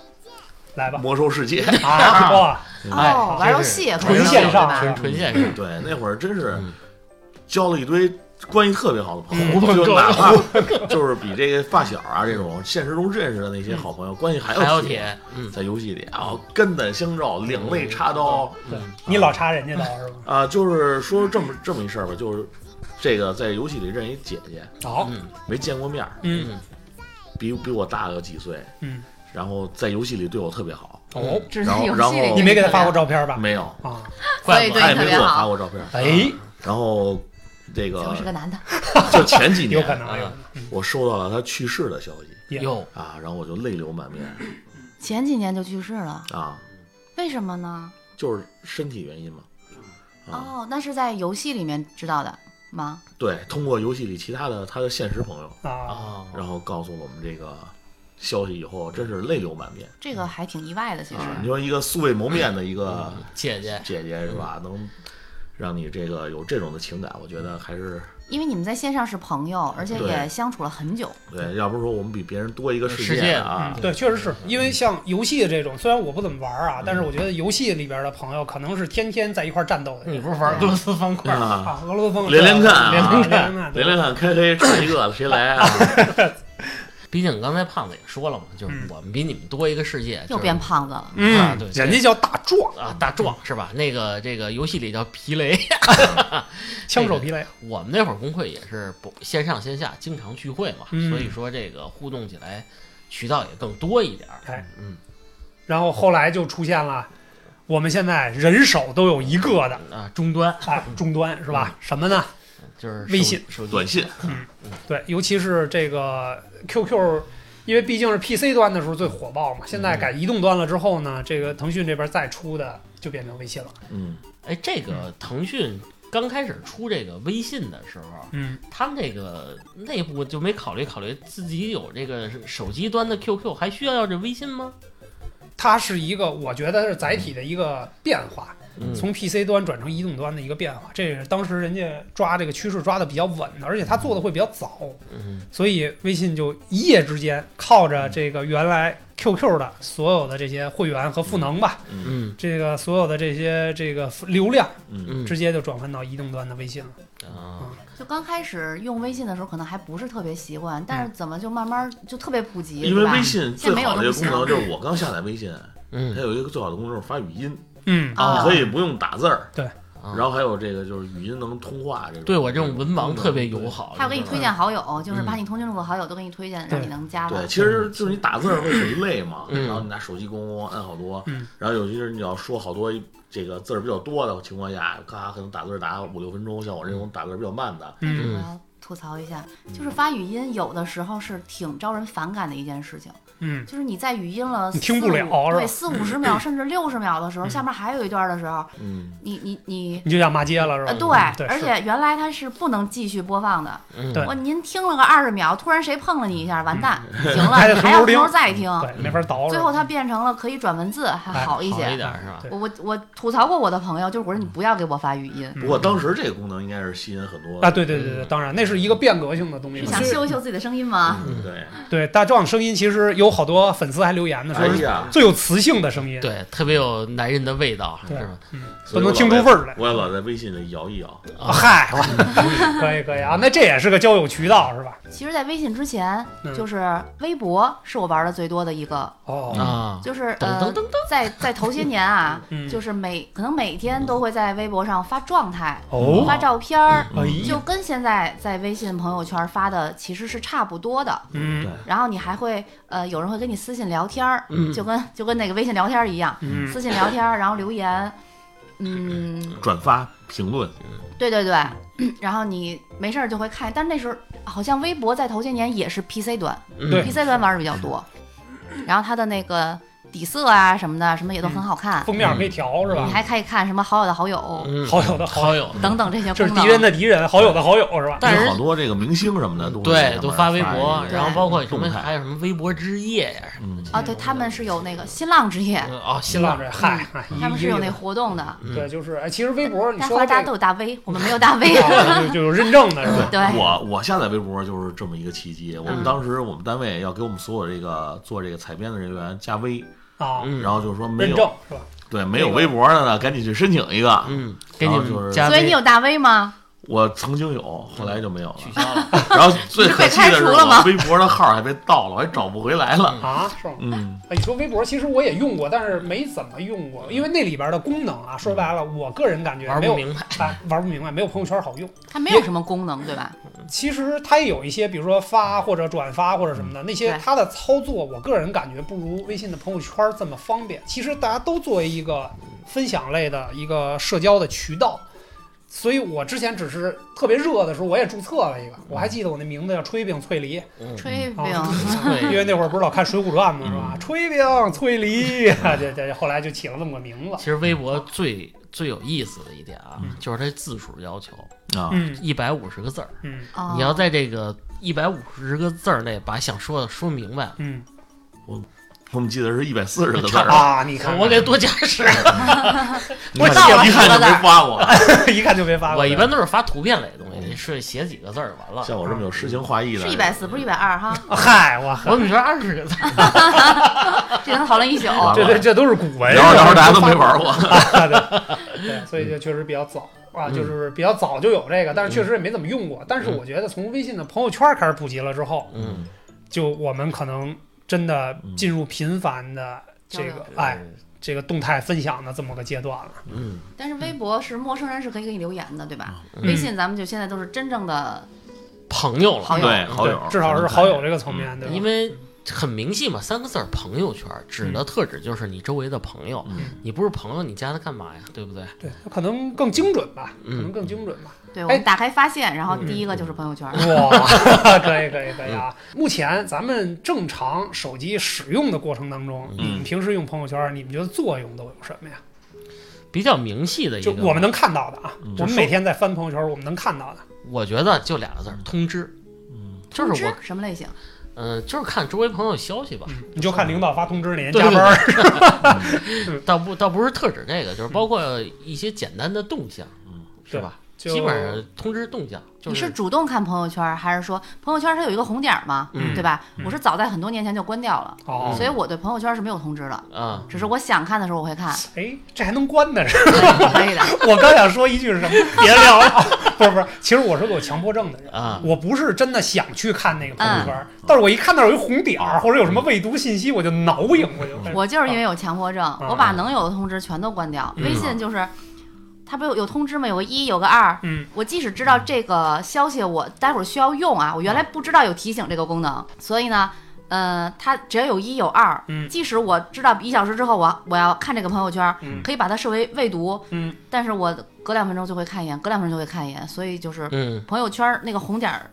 Speaker 2: 来吧。
Speaker 1: 魔兽世界，
Speaker 4: 啊，
Speaker 2: 哇，
Speaker 4: 哎
Speaker 3: 哦，玩游戏也可以
Speaker 2: 纯线
Speaker 3: 对
Speaker 2: 上
Speaker 3: 吧
Speaker 4: 纯 纯线上，
Speaker 1: 对，那会儿真是
Speaker 4: 嗯
Speaker 1: 交了一堆关系特别好的朋友，
Speaker 2: 嗯
Speaker 4: 狐朋
Speaker 1: 就
Speaker 4: 狗
Speaker 1: 哪怕就是比这个发小啊这种现实中认识的那些好朋友关系还
Speaker 4: 嗯还
Speaker 1: 要
Speaker 4: 有铁，嗯，
Speaker 1: 在游戏里啊，肝胆相照，两肋插刀
Speaker 2: 对你老插人家刀是吗？
Speaker 1: 啊，就是说这么这么一事儿吧，就是这个在游戏里认一姐姐，
Speaker 2: 好，
Speaker 4: 嗯
Speaker 1: 没见过面儿，
Speaker 2: 嗯
Speaker 1: 比比我大个几岁，
Speaker 2: 嗯，
Speaker 1: 然后在游戏里对我特别好，
Speaker 2: 哦，
Speaker 3: 只是游
Speaker 1: 然后
Speaker 3: 戏里
Speaker 1: 然后
Speaker 2: 你没给他发过照片吧？
Speaker 1: 没有，
Speaker 2: 啊，
Speaker 3: 所以
Speaker 4: 怪不得
Speaker 1: 他也
Speaker 3: 对你特
Speaker 1: 没
Speaker 3: 别
Speaker 1: 给我发
Speaker 3: 好，
Speaker 1: 过照片，
Speaker 2: 哎，
Speaker 1: 然后这
Speaker 3: 怎么是个
Speaker 1: 个
Speaker 3: 男的？
Speaker 1: 就前几
Speaker 2: 有可
Speaker 1: 年
Speaker 2: 能，嗯有可
Speaker 1: 我收到了他去世的消息。
Speaker 2: 能
Speaker 4: 哟，
Speaker 1: 啊，然后我就泪流满面
Speaker 3: 前几年就去世了，
Speaker 1: 啊，
Speaker 3: 为什么呢？
Speaker 1: 就是身体原因嘛。啊，
Speaker 3: 哦，那是在游戏里面知道的吗？
Speaker 1: 对，通过游戏里其他的他的现实朋友，
Speaker 2: 啊，
Speaker 4: 哦，
Speaker 1: 然后告诉我们这个消息以后，真是泪流满面
Speaker 3: 这
Speaker 2: 嗯
Speaker 3: 个还挺意外的，其实。
Speaker 1: 啊！你说一个素未谋面的一个
Speaker 4: 姐
Speaker 2: 嗯
Speaker 4: 姐，
Speaker 1: 姐姐是吧，能让你这个有这种的情感，我觉得还是
Speaker 3: 因为你们在线上是朋友，而且
Speaker 1: 对
Speaker 3: 也相处了很久。
Speaker 1: 对，要不是说我们比别人多一个
Speaker 4: 世界
Speaker 1: 界啊
Speaker 2: 嗯，对，确实是因为像游戏这种，虽然我不怎么玩啊，但是我觉得游戏里边的朋友可能是天天在一块儿战斗的
Speaker 4: 你
Speaker 2: 人
Speaker 4: 不是玩俄罗斯方块吗？
Speaker 1: 啊，
Speaker 2: 啊，俄罗斯
Speaker 4: 嗯
Speaker 2: 风
Speaker 1: 连连看啊
Speaker 2: 连连看，
Speaker 1: 连连看开黑差一个，谁来啊？
Speaker 4: 毕竟刚才胖子也说了嘛，就是
Speaker 2: 嗯
Speaker 4: 我们比你们多一个世界，就
Speaker 3: 又
Speaker 4: 是
Speaker 3: 变胖子了，
Speaker 4: 啊对
Speaker 2: 嗯，人家叫大壮，
Speaker 4: 啊大壮是吧？那个这个游戏里叫皮雷，
Speaker 2: 嗯枪手皮雷，
Speaker 4: 我们那会儿工会也是不线上线下经常聚会嘛，
Speaker 2: 嗯
Speaker 4: 所以说这个互动起来渠道也更多一点儿。
Speaker 2: 哎，
Speaker 4: 嗯，
Speaker 2: 然后后来就出现了，我们现在人手都有一个的，
Speaker 4: 啊，终端
Speaker 2: 哎，终端是吧？什么呢？
Speaker 4: 就是
Speaker 2: 微信
Speaker 4: 手、手机
Speaker 1: 短信，
Speaker 2: 对，尤其是这个 QQ，因为毕竟是 PC 端的时候最火爆嘛，现在改移动端了之后呢，这个腾讯这边再出的就变成微信了。
Speaker 1: 嗯，
Speaker 4: 哎，这个腾讯刚开始出这个微信的时候，
Speaker 2: 嗯，
Speaker 4: 他们这个内部就没考虑考虑自己有这个手机端的 QQ，还需要要这微信吗？
Speaker 2: 它是一个我觉得是载体的一个变化，
Speaker 4: 嗯
Speaker 2: 从 PC 端转成移动端的一个变化，这也是当时人家抓这个趋势抓的比较稳的，而且它做的会比较早，
Speaker 4: 嗯，
Speaker 2: 所以微信就一夜之间靠着这个原来 QQ 的所有的这些会员和赋能吧，
Speaker 1: 嗯
Speaker 4: 嗯
Speaker 2: 这个所有的这些这个流量，
Speaker 1: 嗯，
Speaker 4: 嗯
Speaker 2: 直接就转换到移动端的微信了。
Speaker 4: 啊，
Speaker 3: 就刚开始用微信的时候，可能还不是特别习惯，但
Speaker 2: 嗯
Speaker 3: 是怎么就慢慢就特别普及，
Speaker 1: 因为
Speaker 3: 是吧
Speaker 1: 微信
Speaker 3: 现
Speaker 1: 最
Speaker 3: 在没有
Speaker 1: 好
Speaker 3: 那
Speaker 1: 的
Speaker 3: 么
Speaker 1: 一个功
Speaker 3: 强
Speaker 1: 能就是我刚下载微信，它
Speaker 4: 嗯，
Speaker 1: 有一个最好的功能就是发语音，
Speaker 2: 嗯
Speaker 3: 啊
Speaker 1: 你可以不用打字儿，
Speaker 4: 啊
Speaker 1: 然后还有这个就是语音能通话这种。
Speaker 4: 对我这种文盲特别友。好，
Speaker 3: 还有给你
Speaker 4: 你
Speaker 2: 嗯
Speaker 4: 知道
Speaker 3: 推
Speaker 4: 吗
Speaker 3: 荐好友，就是把你通讯录和好友都给你推荐，让你能加
Speaker 1: 对，
Speaker 3: 了。
Speaker 1: 其实就是你打字儿会很累嘛，
Speaker 4: 嗯
Speaker 1: 然后你拿手机咣咣咣按好多，
Speaker 2: 嗯
Speaker 1: 然后尤其是你要说好多这个字儿比较多的情况下，咔可能打字儿打五六分钟，像我这种
Speaker 4: 嗯
Speaker 1: 打字儿比较慢的，
Speaker 3: 但是
Speaker 2: 嗯
Speaker 3: 我要吐槽一下，就是发语音有的时候是挺招人反感的一件事情，
Speaker 2: 嗯，
Speaker 3: 就是你在语音了四
Speaker 2: 你
Speaker 3: 五，
Speaker 2: 听不了是吧嗯
Speaker 3: 对，四五十秒甚至六十秒的时候，下面还有一段的时候，
Speaker 1: 嗯，
Speaker 3: 你你你。
Speaker 2: 你就想骂街了是吧？
Speaker 3: 呃，对
Speaker 2: 嗯，对，
Speaker 3: 而
Speaker 2: 是
Speaker 3: 且原来它是不能继续播放的。
Speaker 4: 嗯
Speaker 2: 对
Speaker 3: 我您听了个二十秒，突然谁碰了你一下，完蛋， 停了，
Speaker 2: 还得
Speaker 3: 还要从
Speaker 2: 从头
Speaker 3: 头
Speaker 2: 听
Speaker 3: 再听。
Speaker 2: 对没法倒了。
Speaker 3: 啊最后它变成了可以转文字，还好一
Speaker 4: 嗯好一
Speaker 3: 些。啊
Speaker 4: 点儿是吧？
Speaker 2: 对
Speaker 3: 我我我吐槽过我的朋友，就是我说你不要给我发语音，
Speaker 4: 嗯
Speaker 1: 不过当时这个功能应该是吸引很多
Speaker 2: 嗯啊，对对对对，当然那是一个变革性的东西
Speaker 3: 是
Speaker 2: 嘛。
Speaker 3: 想
Speaker 2: 虽
Speaker 3: 修一修自己的声音
Speaker 4: 啊
Speaker 3: 吗？
Speaker 1: 嗯对，
Speaker 2: 对大壮声音，其实有好多粉丝还留言呢，
Speaker 1: 哎
Speaker 2: 说是
Speaker 1: 呀，
Speaker 2: 最有磁性的声音，
Speaker 4: 对，特别有男人的味道，是
Speaker 2: 对
Speaker 4: 吧？
Speaker 2: 都能听出味儿来。
Speaker 1: 我也老在微信里摇一摇，
Speaker 2: 啊嗨，我 可以可以啊，那这也是个交友渠道是吧？
Speaker 3: 其实，在微信之前
Speaker 2: 嗯，
Speaker 3: 就是微博是我玩的最多的一个，
Speaker 2: 哦，
Speaker 4: 啊，
Speaker 3: 嗯就是
Speaker 4: 噔噔
Speaker 3: 呃
Speaker 4: 噔，噔，
Speaker 3: 在在头些年啊
Speaker 2: 嗯，
Speaker 3: 就是每可能每天都会在微博上发状态、
Speaker 2: 哦
Speaker 3: 发照片儿，
Speaker 2: 哎
Speaker 3: 就
Speaker 2: 呀，
Speaker 3: 跟现在在微信朋友圈发的其实是差不多的。
Speaker 2: 嗯
Speaker 3: 然后你还会呃，有人会跟你私信聊天儿，
Speaker 4: 嗯
Speaker 3: 就跟就跟那个微信聊天儿一样，
Speaker 2: 嗯
Speaker 3: 私信聊天儿，然后留言，嗯，
Speaker 1: 转发评论，
Speaker 3: 对对对，然后你没事儿就会看，但是那时候好像微博在头些年也是 PC 端
Speaker 4: 嗯
Speaker 2: 对
Speaker 3: ，PC 端玩的比较多，然后它的那个底色啊什么的，什么也都很好看，
Speaker 2: 封面可以调是吧
Speaker 3: 你？还可以看什么好友的好友、
Speaker 4: 嗯
Speaker 2: 好友的好，
Speaker 4: 好友，
Speaker 3: 等等这些功
Speaker 2: 这是
Speaker 3: 能。
Speaker 2: 敌人的敌人，好友的好友是吧？
Speaker 4: 但是
Speaker 1: 有好多这个明星什么的都会在
Speaker 4: 嗯对，
Speaker 1: 上
Speaker 4: 都
Speaker 1: 面
Speaker 4: 发
Speaker 1: 发
Speaker 4: 微博，
Speaker 1: 一个
Speaker 4: 然后包括什
Speaker 1: 动
Speaker 4: 么，
Speaker 1: 态
Speaker 4: 还有什么微博之夜呀什么
Speaker 1: 嗯
Speaker 4: 的
Speaker 3: 啊，对，他们是有那个嗯新浪之夜，
Speaker 4: 呃哦，
Speaker 2: 新
Speaker 4: 新
Speaker 2: 浪
Speaker 4: 浪
Speaker 2: 这嗨，哎
Speaker 3: 他们
Speaker 2: 一
Speaker 3: 是
Speaker 2: 一
Speaker 3: 有
Speaker 2: 个
Speaker 3: 那活动的，
Speaker 4: 嗯
Speaker 2: 对，就是哎，其实微博你
Speaker 3: 但
Speaker 2: 说
Speaker 3: 后来
Speaker 2: 到
Speaker 3: 大家
Speaker 2: 这
Speaker 3: 都
Speaker 2: 个
Speaker 3: 有大 V，我们没有大 V。
Speaker 2: 啊就就有认证的是吧？
Speaker 3: 嗯对，
Speaker 1: 我我下载微博就是这么一个契机。我们
Speaker 3: 嗯
Speaker 1: 当时我们单位要给我们所有这个做这个采编的人员加微，
Speaker 2: 啊，
Speaker 4: 嗯，
Speaker 1: 然后就是说没
Speaker 2: 认
Speaker 1: 有
Speaker 2: 证是吧？
Speaker 1: 对没有微博的呢，赶紧去申请一个。
Speaker 4: 嗯，给你
Speaker 1: 然后就是
Speaker 4: 们加
Speaker 3: 所以
Speaker 4: 微
Speaker 3: 你有大 V 吗？
Speaker 1: 我曾经有，后来就没有了。
Speaker 4: 取 消了，
Speaker 1: 然后最可气的是，
Speaker 3: 你被开除了吗
Speaker 1: 我微博的号还被盗了，我还找不回来 了。
Speaker 2: 啊，是吗？
Speaker 1: 嗯，
Speaker 2: 哎，你说微博，其实我也用过，但是没怎么用过，因为那里边的功能啊，说白了，我个人感觉
Speaker 4: 玩
Speaker 2: 没
Speaker 4: 不
Speaker 2: 有
Speaker 4: 明白。
Speaker 2: 哎玩不明白，没有朋友圈好用。
Speaker 3: 它没有什么功能，对吧？
Speaker 4: 嗯
Speaker 2: 其实它也有一些，比如说发或者转发或者什么
Speaker 4: 嗯
Speaker 2: 的，那些
Speaker 3: 对
Speaker 2: 它的操作，我个人感觉不如微信的朋友圈这么方便。其实大家都作为一个分享类的一个社交的渠道，所以我之前只是特别热的时候，我也注册了一个，我还记得我那名字叫炊饼翠梨，
Speaker 4: 嗯，
Speaker 3: 炊
Speaker 2: 啊
Speaker 3: 饼，
Speaker 2: 因为
Speaker 4: 对，
Speaker 2: 那会儿不是老看《水浒传》嘛，是吧？
Speaker 1: 嗯
Speaker 2: 炊饼 翠梨，这这后来就起了这么个名
Speaker 4: 其
Speaker 1: 啊
Speaker 2: 字。
Speaker 4: 实微博最最有意思的一点啊
Speaker 2: 嗯，
Speaker 4: 就是它字数要求
Speaker 1: 啊，
Speaker 2: 嗯
Speaker 4: 一百五十个字儿，
Speaker 2: 嗯
Speaker 3: 哦
Speaker 4: 你要在这个一百五十个字儿内把想说的说明白了。
Speaker 2: 嗯
Speaker 1: 我们记得是一百四十个字 儿，
Speaker 2: 啊，你看看，
Speaker 4: 我 给多加十，
Speaker 1: 你看
Speaker 3: 我盗了
Speaker 1: 一看就
Speaker 3: 十个字
Speaker 1: 没
Speaker 3: 儿
Speaker 1: 发我。
Speaker 2: 一看就没发过。嗯
Speaker 4: 我一般都是发图片类的东西，是写几个字儿完了。
Speaker 1: 像我这么有诗情画意的，
Speaker 3: 是一百四，不是一百二哈，
Speaker 2: 嗨，我
Speaker 4: 我怎么觉得二十个字儿？
Speaker 3: 这能讨论一 宿。
Speaker 4: 啊
Speaker 1: 哇
Speaker 2: 这这这都是古文，
Speaker 1: 然后然后大家都
Speaker 2: 发
Speaker 1: 没玩过。
Speaker 2: 啊， 对，对，所以就确实比较早啊，
Speaker 4: 嗯
Speaker 2: 就是比较早就有这个，但是确实也没怎么用
Speaker 1: 嗯
Speaker 2: 过。但是我觉得从微信的朋友圈开始普及了之后，
Speaker 4: 嗯，
Speaker 2: 就我们可能真的
Speaker 1: 嗯
Speaker 2: 进入频繁的这
Speaker 3: 交
Speaker 2: 个
Speaker 3: 流
Speaker 2: 哎，这个动态分享的这么个阶段了。
Speaker 4: 嗯，
Speaker 3: 但是微博是陌生人是可以给你留言的，对吧？
Speaker 4: 嗯
Speaker 3: 微信咱们就现在都是真正的
Speaker 4: 朋友了，
Speaker 3: 好友
Speaker 1: 对，好友嗯
Speaker 2: 对，至少是好友这个层面，对吧？
Speaker 4: 因为很明细嘛，三个字儿“朋友圈”指
Speaker 2: 嗯
Speaker 4: 的特指就是你周围的朋友，
Speaker 1: 嗯
Speaker 4: 你不是朋友，你加他干嘛呀？对不对？
Speaker 2: 对，可能更精准吧，可
Speaker 4: 嗯
Speaker 2: 能更精准吧。
Speaker 4: 哎
Speaker 3: 对我们打开发现，然后第一个就是朋友圈。
Speaker 4: 嗯
Speaker 2: 哇， 可以可以可以啊！目前咱们正常手机使用的过程当中，你
Speaker 4: 嗯
Speaker 2: 们平时用朋友圈，你们觉得作用都有什么呀？
Speaker 4: 比较明细的一
Speaker 2: 就
Speaker 4: 个，
Speaker 2: 我们能看到的啊，
Speaker 1: 嗯
Speaker 2: 我们每天在翻朋友圈，我们能看到的。
Speaker 4: 我觉得就俩字儿“通知
Speaker 1: 嗯”，
Speaker 4: 就是我
Speaker 3: 通，知什么类型？
Speaker 4: 嗯、就是看周围朋友消息吧。
Speaker 2: 嗯，你就看领导发通知，您
Speaker 4: 对
Speaker 2: 加班儿，
Speaker 4: 倒不倒不是特指这个，
Speaker 2: 嗯
Speaker 4: 就是包括一些简单的动向，
Speaker 1: 嗯
Speaker 4: 是吧？
Speaker 2: 就嗯
Speaker 4: 基本上通知动向，就
Speaker 3: 你是主动看朋友圈，还是说朋友圈它有一个红点儿嘛，
Speaker 4: 嗯
Speaker 3: 对吧？
Speaker 2: 嗯
Speaker 3: 我是早在很多年前就关掉了，
Speaker 2: 哦
Speaker 3: 所以我对朋友圈是没有通知的，
Speaker 4: 啊，
Speaker 3: 只是我想看的时候我会看，
Speaker 2: 哎，这还能关呢？是吧
Speaker 3: 对可以的。
Speaker 2: 我刚想说一句是什么？别聊了， 不是不是，其实我是个有强迫症的人。
Speaker 4: 啊，
Speaker 2: 我不是真的想去看那个朋友圈，但是我一看到有一红点儿或者有什么未读信息，我就挠痒，我就开始
Speaker 3: 我就是因为有强迫症，我把
Speaker 4: 嗯
Speaker 3: 能有的通知全都关掉。
Speaker 4: 嗯
Speaker 3: 微信就是，它不有有通知吗？有个一，有个二。
Speaker 2: 嗯，嗯
Speaker 3: 我即使知道这个消息，我待会儿需要用啊，我原来不知道有提醒这个功能，所以呢，呃，它只要有一有二，
Speaker 2: 嗯
Speaker 3: 即使我知道一小时之后我我要看这个朋友圈，
Speaker 2: 嗯
Speaker 3: 可以把它视为未读，
Speaker 2: 嗯，
Speaker 3: 但是我隔两分钟就会看一眼，隔两分钟就会看一眼，所以就是
Speaker 4: 嗯，
Speaker 3: 朋友圈那个红点儿，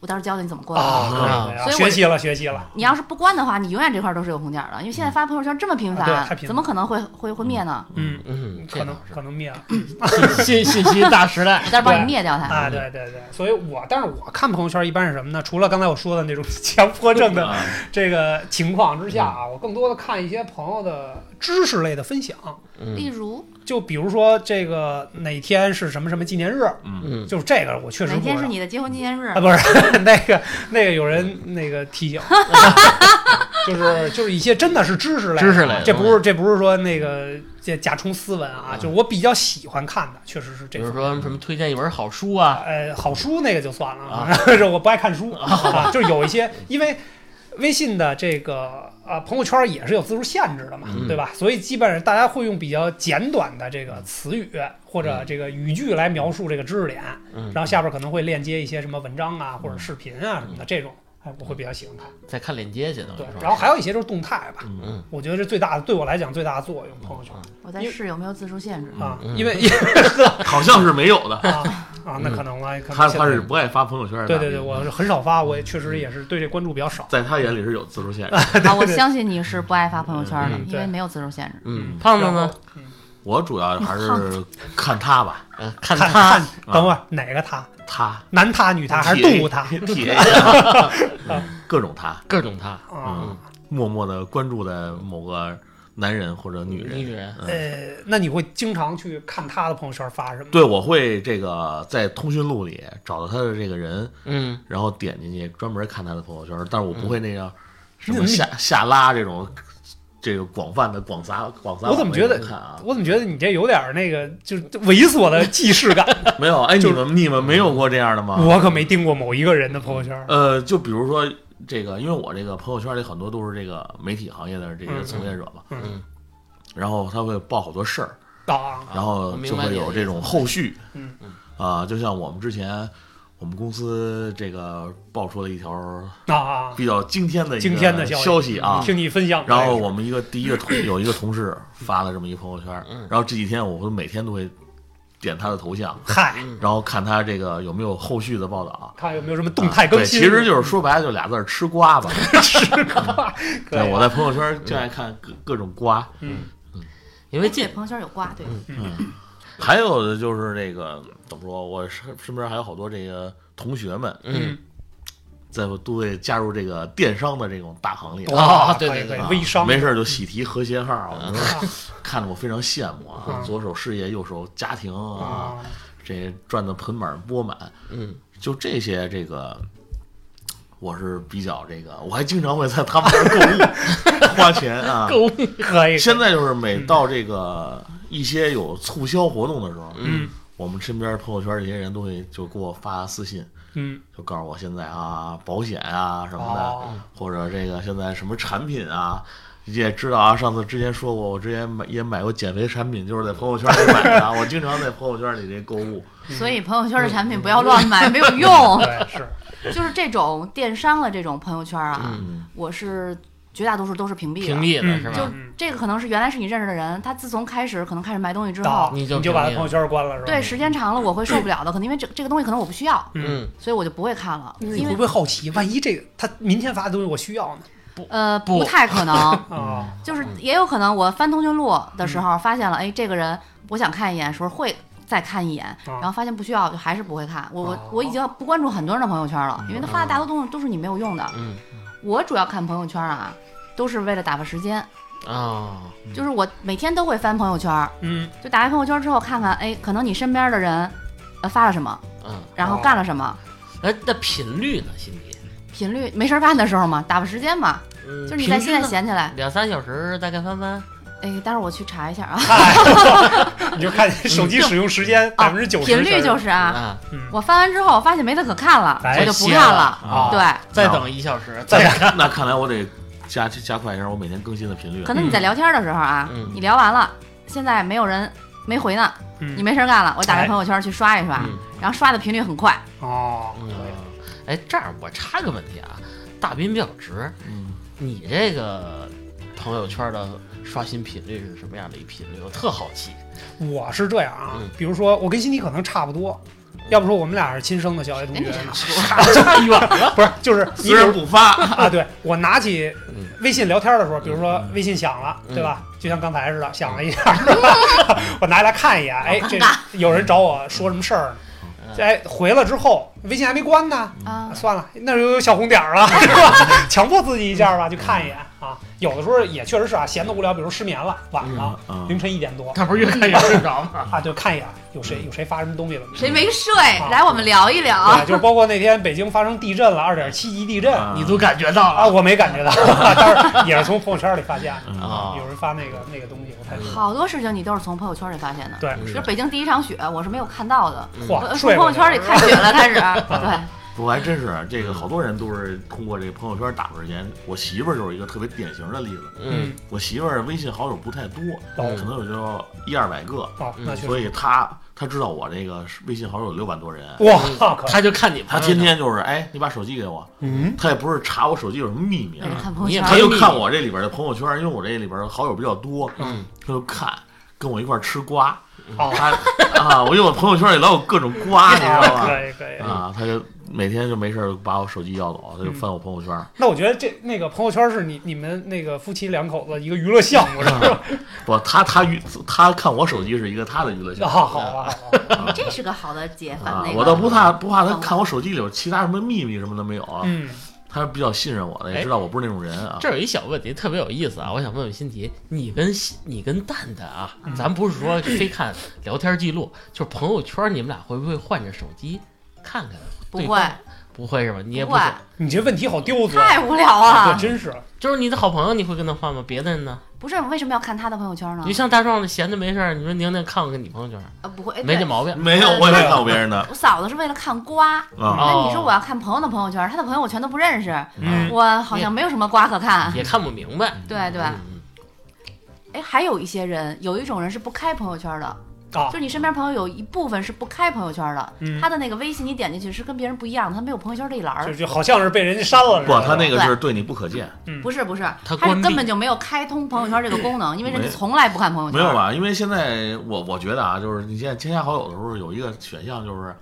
Speaker 3: 我到时候教你怎么关。
Speaker 2: 啊，可以
Speaker 4: 啊
Speaker 2: 可以
Speaker 3: 所以我
Speaker 2: 啊学习了学习了，
Speaker 3: 你要是不关的话，你永远这块儿都是有红点儿的，因为现在发朋友圈这么频
Speaker 2: 啊对
Speaker 3: 繁
Speaker 2: 太，频繁
Speaker 3: 怎么可能会会会灭呢？
Speaker 2: 嗯，
Speaker 4: 嗯，
Speaker 2: 可
Speaker 4: 这
Speaker 2: 能
Speaker 4: 倒
Speaker 2: 可能灭了。
Speaker 4: 是信信息大时代，
Speaker 3: 我待会儿帮你灭掉它。
Speaker 2: 啊，对对对，所以我但是我看朋友圈一般是什么呢？除了刚才我说的那种 强迫症的
Speaker 1: 啊
Speaker 2: 这个情况之下啊，我更多的看一些朋友的知识类的分享，
Speaker 3: 例
Speaker 4: 嗯
Speaker 3: 如
Speaker 2: 就比如说这个哪天是什么什么纪念日，
Speaker 1: 嗯
Speaker 4: 嗯，
Speaker 2: 就是这个我确实
Speaker 3: 哪
Speaker 2: 不知
Speaker 3: 天
Speaker 2: 道
Speaker 3: 是你的结婚纪念日
Speaker 2: 啊，？不是 那个那个有人那个提醒， 就是就是一些真的是知识类的啊，
Speaker 4: 知识类的
Speaker 2: 这不是这不是说那个这假充斯文啊，
Speaker 4: 嗯
Speaker 2: 就是我比较喜欢看的，确实是这
Speaker 4: 比如
Speaker 2: 种。
Speaker 4: 说什么推荐一本好书啊，
Speaker 2: 呃，好书那个 就算了
Speaker 4: 啊，
Speaker 2: 这我不爱看书啊，就是有一些，因为微信的这个呃朋友圈也是有字数限制的嘛，
Speaker 4: 嗯
Speaker 2: 对吧？所以基本上大家会用比较简短的这个词语或者这个语句来描述这个知识点，
Speaker 4: 嗯
Speaker 2: 然后下边可能会链接一些什么文章啊或者视频啊什么的这种。哎，我会
Speaker 4: 嗯
Speaker 2: 比较喜欢看，
Speaker 4: 再看链接去的，
Speaker 2: 对
Speaker 4: 是，吧
Speaker 2: 然后还有一些就是动态吧，
Speaker 1: 嗯
Speaker 4: 嗯，
Speaker 2: 我觉得这最大的对我来讲最大的作用，朋友圈
Speaker 3: 我在试有没有字数限制。
Speaker 2: 啊，
Speaker 4: 嗯
Speaker 2: 因为
Speaker 1: 好像是没有的。
Speaker 2: 啊啊，那可能了，可
Speaker 1: 嗯
Speaker 2: 能
Speaker 1: 他
Speaker 2: 现
Speaker 1: 他
Speaker 2: 在
Speaker 1: 是不爱发朋友圈的。
Speaker 2: 对对对，我是很少发，我也确实也是对这关注比较少。
Speaker 1: 在他眼里是有字数 限制。
Speaker 3: 啊，我相信你是不爱发朋友圈的，
Speaker 2: 嗯
Speaker 3: 因为
Speaker 2: 对
Speaker 3: 没有字数限制。
Speaker 4: 嗯，胖子
Speaker 2: 然
Speaker 4: 呢
Speaker 2: 后？？嗯
Speaker 1: 我主要还是看他吧，
Speaker 4: 呃，
Speaker 1: 嗯
Speaker 4: 看
Speaker 2: 看
Speaker 4: 他
Speaker 2: 看，等会儿
Speaker 1: 啊
Speaker 2: 哪个他？
Speaker 1: 他
Speaker 2: 男他、
Speaker 1: 嗯
Speaker 2: 女他还是动物他
Speaker 1: T A，各种他，
Speaker 4: 各种他，
Speaker 2: 啊？
Speaker 1: 嗯默默的关注在某个男人或者女人。
Speaker 4: 女人，
Speaker 1: 嗯
Speaker 2: 呃，那你会经常去看他的朋友圈发什么？
Speaker 1: 对，我会这个在通讯录里找到他的这个人，
Speaker 4: 嗯，
Speaker 1: 然后点进去专门看他的朋友圈，但是我不会那样什
Speaker 2: 嗯
Speaker 1: 么下下拉这种。这个广泛的广撒广撒
Speaker 2: 我
Speaker 1: 网
Speaker 2: 怎么
Speaker 1: 那
Speaker 2: 觉
Speaker 1: 种
Speaker 2: 得
Speaker 1: 看啊？
Speaker 2: 我怎么觉得你这有点儿那个，就是猥琐的既视感？
Speaker 1: 没有，哎，
Speaker 2: 就
Speaker 1: 你
Speaker 2: 是
Speaker 1: 们你们没有过这样的吗？
Speaker 2: 我可没盯过某一个人的朋友圈儿。
Speaker 1: 呃，就比如说这个，因为我这个朋友圈里很多都是这个媒体行业的这
Speaker 2: 嗯
Speaker 1: 些
Speaker 2: 嗯
Speaker 1: 从业者嘛，
Speaker 2: 嗯
Speaker 4: 嗯
Speaker 1: 然后他会报好多事儿，
Speaker 2: 啊，
Speaker 1: 然后
Speaker 4: 我明
Speaker 1: 就
Speaker 4: 白
Speaker 1: 会
Speaker 4: 你的
Speaker 1: 有
Speaker 4: 意
Speaker 1: 这
Speaker 4: 思
Speaker 1: 种后续，
Speaker 2: 嗯
Speaker 4: 嗯
Speaker 1: 啊、就像我们之前我们公司这个爆出了一条
Speaker 2: 啊，
Speaker 1: 比较惊天的一
Speaker 2: 惊天的
Speaker 1: 个
Speaker 2: 消息嗯
Speaker 1: 消息啊，
Speaker 2: 听你分享的这
Speaker 1: 然
Speaker 2: 个事儿。
Speaker 1: 后我们一个第一个同 有一个同事发了这么一个朋友圈，
Speaker 4: 嗯
Speaker 1: 然后这几天我会每天都会点他的头像，
Speaker 2: 嗨，
Speaker 1: 然后看他这个有没有后续的报道。
Speaker 2: 看有没有什么动态更新。
Speaker 1: 啊对，其实就是说白了就俩字儿吃瓜 吧。
Speaker 2: 吃瓜。可以
Speaker 1: 对，我在朋友圈就爱看各各种瓜。
Speaker 2: 嗯
Speaker 4: 因为
Speaker 3: 对
Speaker 4: 这嗯
Speaker 3: 朋友圈有瓜，对吧，
Speaker 1: 还有的就是这个怎么说，我身身边还有好多这个同学们
Speaker 4: 嗯
Speaker 1: 在都会加入这个电商的这种大行列。
Speaker 4: 啊
Speaker 2: 可以
Speaker 4: 对对对
Speaker 2: 可以
Speaker 1: 啊
Speaker 2: 哦微商
Speaker 1: 没事儿就喜提和谐号，我说
Speaker 2: 啊
Speaker 1: 看得我非常羡慕啊
Speaker 2: 嗯！
Speaker 1: 左手事业，右手家庭啊，
Speaker 2: 啊，
Speaker 1: 这赚的盆满钵满。
Speaker 3: 啊
Speaker 4: 嗯
Speaker 1: 就这些，这个我是比较这个，我还经常会在他们那儿购 物花钱啊。
Speaker 2: 物 可以。
Speaker 1: 现在就是每到这个一些有促销活动的时候，
Speaker 2: 嗯
Speaker 1: 我们身边朋友圈这些人都会就给我发私信，
Speaker 2: 嗯
Speaker 1: 就告诉我现在啊保险啊什么的，
Speaker 2: 哦
Speaker 1: 或者这个现在什么产品啊。也知道啊，上次之前说过，我之前买也买过减肥产品，就是在朋友圈里买的啊。我经常在朋友圈里这购物，
Speaker 4: 嗯
Speaker 3: 所以朋友圈的产品不要乱买，没有用。
Speaker 2: 对是
Speaker 3: 就是这种电商的这种朋友圈啊，
Speaker 4: 嗯，
Speaker 3: 我是绝大多数都是屏蔽
Speaker 4: 屏
Speaker 3: 的。
Speaker 4: 蔽的是
Speaker 2: 嗯
Speaker 3: 就
Speaker 4: 吧？
Speaker 2: 嗯
Speaker 3: 这个可能是原来是你认识的人，他自从开始可能开始卖东西之
Speaker 2: 啊
Speaker 3: 后，
Speaker 4: 你就
Speaker 2: 就把
Speaker 4: 屏
Speaker 2: 他
Speaker 4: 蔽
Speaker 2: 朋友圈关了是吧？嗯
Speaker 3: 对，时间长了我会受不了的，可能因为这这个东西可能我不需要，
Speaker 4: 嗯，
Speaker 3: 所以我就不会看了。
Speaker 2: 那你
Speaker 3: 因
Speaker 2: 会
Speaker 3: 为
Speaker 2: 不会好奇，万一这个他明天发的东西我需要呢？
Speaker 3: 呃
Speaker 4: 不
Speaker 3: 不太可能，
Speaker 2: 啊，
Speaker 3: 就是也有可能我翻通讯录的时候发现了，哎，这个人我想看一眼，时候会再看一眼，然后发现不需要，就还是不会看。我我
Speaker 2: 哦
Speaker 3: 我已经不关注很多人的朋友圈了，因为他发的大多东西都是你没有用的。
Speaker 4: 嗯
Speaker 3: 我主要看朋友圈啊，都是为了打发时间，
Speaker 4: 啊，
Speaker 3: 就是我每天都会翻朋友圈，
Speaker 2: 嗯
Speaker 3: 就打开朋友圈之后看看，哎，可能你身边的人，呃，发了什么，
Speaker 4: 嗯，
Speaker 3: 然后
Speaker 2: 哦
Speaker 3: 干了什么。
Speaker 4: 哎，那频率呢，辛迪？
Speaker 3: 频率没事儿干的时候嘛，打发时间嘛，
Speaker 4: 嗯
Speaker 3: 就是你在
Speaker 4: 平均
Speaker 3: 现在
Speaker 4: 呢
Speaker 3: 闲起来，
Speaker 4: 两三小时大概翻翻，
Speaker 3: 哎，待会儿我去查一下啊，
Speaker 2: 你就看
Speaker 4: 嗯
Speaker 2: 手机使用时间百分之九
Speaker 3: 嗯
Speaker 2: 十，
Speaker 3: 频率就是是啊，
Speaker 4: 啊，
Speaker 2: 嗯
Speaker 3: 我翻完之后发现没得可看了，
Speaker 2: 哎
Speaker 3: 我就不
Speaker 4: 歇
Speaker 3: 看
Speaker 4: 了
Speaker 3: 了。
Speaker 2: 啊，
Speaker 3: 对，
Speaker 4: 再等一小时，
Speaker 2: 再
Speaker 4: 再
Speaker 1: 嗯那看来我得加加快一下我每天更新的频率了。
Speaker 3: 可能你在聊天的时候啊，
Speaker 4: 嗯
Speaker 3: 你聊完了，现在没有人没回呢，
Speaker 2: 嗯
Speaker 3: 你没事儿干了，我打
Speaker 2: 哎
Speaker 3: 开朋友圈去刷一刷，
Speaker 4: 嗯
Speaker 3: 然后刷的频率很快。
Speaker 2: 哦，
Speaker 4: 嗯，哎，这儿我插个问题啊，大斌比较直，
Speaker 1: 嗯
Speaker 4: 你这个朋友圈的刷新频率是什么样的一频率？我特好奇。
Speaker 2: 我是这样啊
Speaker 4: 嗯，
Speaker 2: 比如说我跟辛迪可能差不多，要不说我们俩是亲生的小学同
Speaker 3: 哎，你
Speaker 2: 学
Speaker 3: 这，
Speaker 4: 差差远了，
Speaker 2: 不是就是你
Speaker 1: 虽
Speaker 2: 比如
Speaker 1: 然不发，
Speaker 2: 啊，对我拿起
Speaker 4: 嗯
Speaker 2: 微信聊天的时候，比如说
Speaker 1: 嗯
Speaker 2: 微信响了，
Speaker 4: 嗯
Speaker 2: 对吧？就像刚才似的，响了一下，是吧 我拿来看一眼，哎，这有人找我说什么事儿呢？
Speaker 4: 嗯
Speaker 2: 这哎，回了之后，微信还没关呢，
Speaker 3: 啊，
Speaker 2: 算了，那就有小红点儿了，是吧？ 强迫自己一下吧，就看一眼啊。有的时候也确实是啊，闲得无聊，比如失眠了，晚了，
Speaker 1: 嗯
Speaker 2: 凌晨一点多
Speaker 4: 他不是越看嗯越睡着吗？
Speaker 2: 啊，就看一眼有谁有谁发什么东西了。
Speaker 3: 谁没睡
Speaker 2: 啊？
Speaker 3: 来，我们聊一聊
Speaker 2: 对，就是包括那天北京发生地震了，二点七级地震
Speaker 1: 啊
Speaker 4: 你都感觉到
Speaker 2: 啊，
Speaker 4: 了
Speaker 2: 我没感觉到， 当然也是从朋友圈里发现的。
Speaker 1: 啊，
Speaker 4: 啊
Speaker 2: 有人发那个那个东西，我才知道。
Speaker 3: 好多事情你都是从朋友圈里发现的。
Speaker 2: 对，
Speaker 4: 嗯
Speaker 3: 比
Speaker 4: 是
Speaker 3: 如北京第一场雪，我是没有看到的，我
Speaker 2: 嚯，
Speaker 3: 呃从
Speaker 2: 睡
Speaker 3: 朋
Speaker 2: 过
Speaker 3: 友圈里
Speaker 2: 去了
Speaker 3: 看雪了开始。对，
Speaker 1: 我还真是这个，好多人都是通过这个朋友圈打发时间。我媳妇儿就是一个特别典型的例子。
Speaker 4: 嗯
Speaker 2: 嗯，
Speaker 1: 我媳妇儿微信好友不太多，
Speaker 2: 哦
Speaker 1: 可能也就一二百个，
Speaker 2: 哦，那确
Speaker 1: 嗯所
Speaker 2: 实，
Speaker 1: 以她她知道我这个微信好友有六万多人，
Speaker 2: 哇，可
Speaker 4: 他就看你朋
Speaker 1: 她
Speaker 4: 友
Speaker 1: 天
Speaker 4: 圈，
Speaker 1: 天就是哎，你把手机给我，
Speaker 2: 嗯，
Speaker 1: 她也不是查我手机有什么秘密
Speaker 3: 我就
Speaker 1: 啊，
Speaker 3: 看朋
Speaker 4: 你也
Speaker 3: 友
Speaker 4: 没
Speaker 1: 她
Speaker 3: 圈。
Speaker 1: 就看我这里边的朋友圈，因为我这里边好友比较多，
Speaker 4: 嗯，
Speaker 1: 她就看。跟我一块儿吃瓜，
Speaker 2: 哦，
Speaker 1: 她啊，我因为我朋友圈里老有各种 瓜，你知道
Speaker 2: 啊
Speaker 1: 吧？
Speaker 2: 可以可以。
Speaker 1: 啊，她就每天就没事儿把我手机要走，她就翻我朋友圈，
Speaker 2: 那我觉得这那个朋友圈是你你们那个夫妻两口子一个娱乐项目是吧？
Speaker 1: 不，他他娱他看我手机是一个他的娱乐
Speaker 2: 啊，
Speaker 1: 项目
Speaker 2: 好吧，好吧，
Speaker 3: 哎这是个好的解法。
Speaker 1: 啊
Speaker 3: 那，个
Speaker 1: 我倒不怕不怕他看我手机里有其他什么秘密什么的没有啊，
Speaker 2: 嗯，
Speaker 1: 他是比较信任我的，
Speaker 4: 哎
Speaker 1: 也知道我不是那种人啊。
Speaker 4: 这儿有一小问题特别有意思啊，我想问问辛迪，你跟你跟蛋蛋啊，咱不是说非看聊天记录，就是朋友圈，你们俩会不会换着手机看看？
Speaker 3: 不
Speaker 4: 对
Speaker 3: 会
Speaker 4: 方，不会是吧？你也
Speaker 3: 不
Speaker 4: 不
Speaker 3: 会
Speaker 4: 想，
Speaker 2: 你这问题好丢子，
Speaker 3: 太无聊
Speaker 2: 啊，
Speaker 3: 了。
Speaker 2: 真是
Speaker 4: 就是你的好朋友，你会跟他换吗？别的人呢？
Speaker 3: 不是为什么要看他的朋友圈呢
Speaker 4: 你？像大壮的闲着没事儿，你说宁宁看过你朋友圈，
Speaker 3: 啊，不会，哎
Speaker 4: 没
Speaker 3: 对
Speaker 4: 这毛病。
Speaker 1: 没有，我也没看过别人的
Speaker 3: 我嫂子是为了看瓜，
Speaker 1: 啊。
Speaker 3: 那
Speaker 4: 哦
Speaker 3: 你说我要看朋友的朋友圈，他的朋友我全都不认识，
Speaker 4: 嗯
Speaker 3: 我好像没有什么瓜可看。
Speaker 4: 也看不明白，
Speaker 3: 对对，
Speaker 4: 嗯
Speaker 3: 哎，还有一些人，有一种人是不开朋友圈的，
Speaker 2: 啊
Speaker 3: 就是你身边朋友有一部分是不开朋友圈的，
Speaker 2: 嗯
Speaker 3: 他的那个微信你点进去是跟别人不一样的，他没有朋友圈这一栏
Speaker 2: 就
Speaker 3: 儿。
Speaker 2: 就好像是被人家删了 似
Speaker 1: 不，
Speaker 2: 的。
Speaker 1: 他那个是对你不可见，
Speaker 3: 不是不是，他
Speaker 4: 他关
Speaker 3: 是
Speaker 4: 闭
Speaker 3: 根本就没有开通朋友圈这个功能，因为人家从来不看朋友
Speaker 1: 没
Speaker 3: 圈。
Speaker 1: 有？吧？因为现在我我觉得啊，就是你现在添加好友的时候有一个选项就是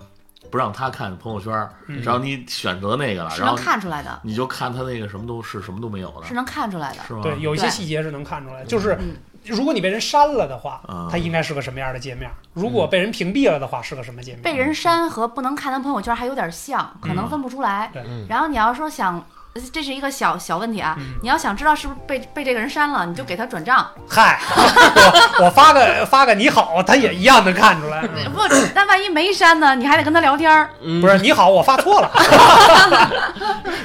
Speaker 1: 不让他看朋友圈，
Speaker 2: 嗯
Speaker 1: 然后你选择那个了，
Speaker 3: 是
Speaker 1: 然
Speaker 3: 能
Speaker 1: 后
Speaker 3: 看出来的，
Speaker 1: 你就看他那个什么都是什么都没有的
Speaker 3: 是，能看出来的。
Speaker 1: 是吗？
Speaker 2: 对，有一些
Speaker 3: 对
Speaker 2: 细节是能看出来，就是
Speaker 3: 嗯
Speaker 2: 如果你被人删了的话
Speaker 1: 啊，
Speaker 2: 它应该是个什么样的界面；如
Speaker 1: 嗯
Speaker 2: 果被人屏蔽了的话，是个什么界面？
Speaker 3: 被人删和不能看他朋友圈还有点像，可能分不出来。
Speaker 2: 对
Speaker 4: 嗯
Speaker 3: 然后你要说想，呃这是一个小小问题啊，
Speaker 2: 嗯
Speaker 3: 你要想知道是不是被被这个人删了，你就给他转账。
Speaker 2: 嗨，我我发个发个你好，他也一样能看出来。
Speaker 3: 不，但万一没删呢，你还得跟他聊天儿。
Speaker 4: 嗯
Speaker 2: 不是你好，我发错了。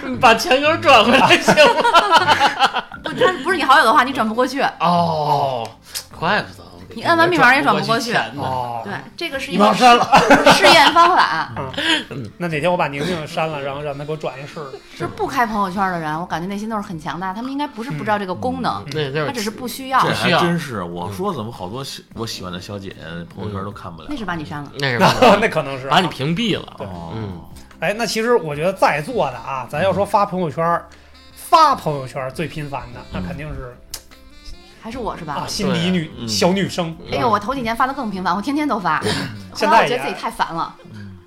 Speaker 3: 嗯
Speaker 4: 把钱给我转回来行 吗？
Speaker 3: 不，他不是你好友的话，你转不过去。
Speaker 4: 哦，怪不得我给
Speaker 3: 你摁完啊密码也转不过去
Speaker 4: 钱呢
Speaker 2: 哦，
Speaker 3: 对，这个是一
Speaker 2: 你把
Speaker 3: 个
Speaker 2: 我删了。
Speaker 3: 试验方 法，啊
Speaker 2: 那哪天我把宁宁删了，然后让他给我转一试试。
Speaker 3: 就是不开朋友圈的人，我感觉内心都是很强大，他们应该不是不知道这个功能，
Speaker 2: 嗯
Speaker 4: 那那
Speaker 3: 他只是啊不需要
Speaker 1: 这。
Speaker 4: 需
Speaker 1: 还
Speaker 4: 要
Speaker 1: 真是，我说怎么好多喜我喜欢的小姐姐朋
Speaker 2: 嗯
Speaker 1: 友圈都看不了
Speaker 3: 那是把你删了，
Speaker 4: 那 是吧
Speaker 2: 那可能是啊
Speaker 4: 把你屏蔽了。
Speaker 1: 哦
Speaker 4: 嗯，
Speaker 2: 哎，那其实我觉得在座的啊，咱要说发朋友圈儿，发朋友圈儿最频繁的，那肯定是
Speaker 3: 还是我是
Speaker 2: 啊，
Speaker 3: 吧？
Speaker 2: 心理女、
Speaker 1: 嗯
Speaker 2: 小女生。
Speaker 3: 哎呦，我头几年发的更频繁，我天天都发，后
Speaker 2: 现在
Speaker 3: 来我
Speaker 2: 也嗯
Speaker 3: 觉得自己太烦了，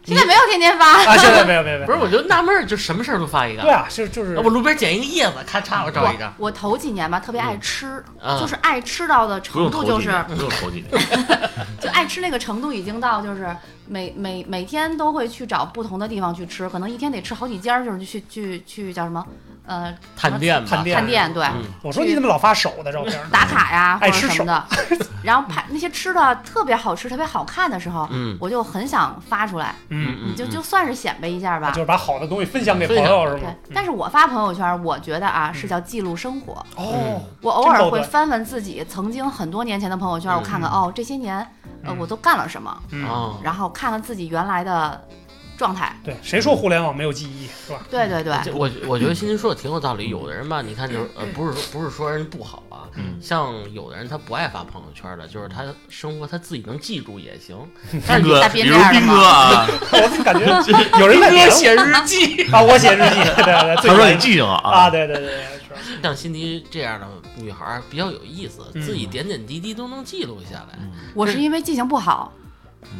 Speaker 3: 现在没有天天发。
Speaker 2: 啊，现在没有没有没有，
Speaker 4: 不是，我就纳闷儿，就什么事儿都发一个
Speaker 2: 对。啊，就就是
Speaker 4: 要不路边捡一个叶子，咔嚓，我找一张。
Speaker 3: 啊我头几年吧，特别爱吃，
Speaker 4: 嗯
Speaker 3: 就是爱吃到的
Speaker 1: 不用
Speaker 3: 程
Speaker 1: 投
Speaker 3: 度，
Speaker 1: 几
Speaker 3: 就是
Speaker 1: 年不用投几 年，
Speaker 3: 就爱吃那个程度，已经到就是每每每天都会去找不同的地方去吃，可能一天得吃好几家儿，就是去去去叫什么，呃，
Speaker 4: 探店吧
Speaker 2: 探，店
Speaker 3: 探店对，
Speaker 4: 嗯
Speaker 2: 我说你怎么老发手的照片 儿呢？
Speaker 3: 打卡呀或
Speaker 2: 爱
Speaker 3: 者
Speaker 2: 吃
Speaker 3: 什么的， 然后拍那些吃的特别好吃、特别好看的时候，
Speaker 4: 嗯
Speaker 3: 我就很想发出来，
Speaker 2: 嗯，
Speaker 4: 嗯，啊嗯
Speaker 3: 就就算是显摆一下吧。
Speaker 2: 就是把好的东西分享给朋友是
Speaker 3: 嗯对
Speaker 2: 吗？，嗯
Speaker 3: 但是我发朋友圈，我觉得啊是叫记录生活。
Speaker 2: 哦，
Speaker 3: 我偶尔
Speaker 2: 真高
Speaker 3: 会
Speaker 2: 端
Speaker 3: 翻翻自己曾经很多年前的朋友圈，我看看
Speaker 1: 嗯
Speaker 3: 哦，这些年呃
Speaker 2: 嗯
Speaker 3: 我都干了什么，
Speaker 2: 嗯，
Speaker 4: 哦，
Speaker 3: 然后看看自己原来的状态。
Speaker 2: 对，谁说互联网没有记忆是吧？
Speaker 3: 对对对，
Speaker 1: 嗯
Speaker 4: 这我我觉得欣欣说的挺有道理。有的人吧，你看就是呃，不是不是说人不好啊，
Speaker 1: 嗯
Speaker 4: 像有的人他不爱发朋友圈的，就是他生活他自己能记住也行。但
Speaker 1: 斌
Speaker 4: 是
Speaker 1: 哥，
Speaker 3: 在
Speaker 1: 比
Speaker 3: 边
Speaker 1: 如
Speaker 3: 边儿的
Speaker 1: 斌
Speaker 3: 吗
Speaker 1: 哥 啊，
Speaker 2: 我怎么感觉有人在
Speaker 4: 哥
Speaker 2: 点
Speaker 4: 写日记，
Speaker 2: 我啊？我写日记，对对对，最
Speaker 1: 他说
Speaker 2: 原
Speaker 1: 你记性啊
Speaker 2: 啊，，对对对对，是
Speaker 4: 像辛迪这样的女孩儿比较有意思，自己点点滴滴都能记录下来，
Speaker 1: 嗯
Speaker 3: 我是因为记性不好，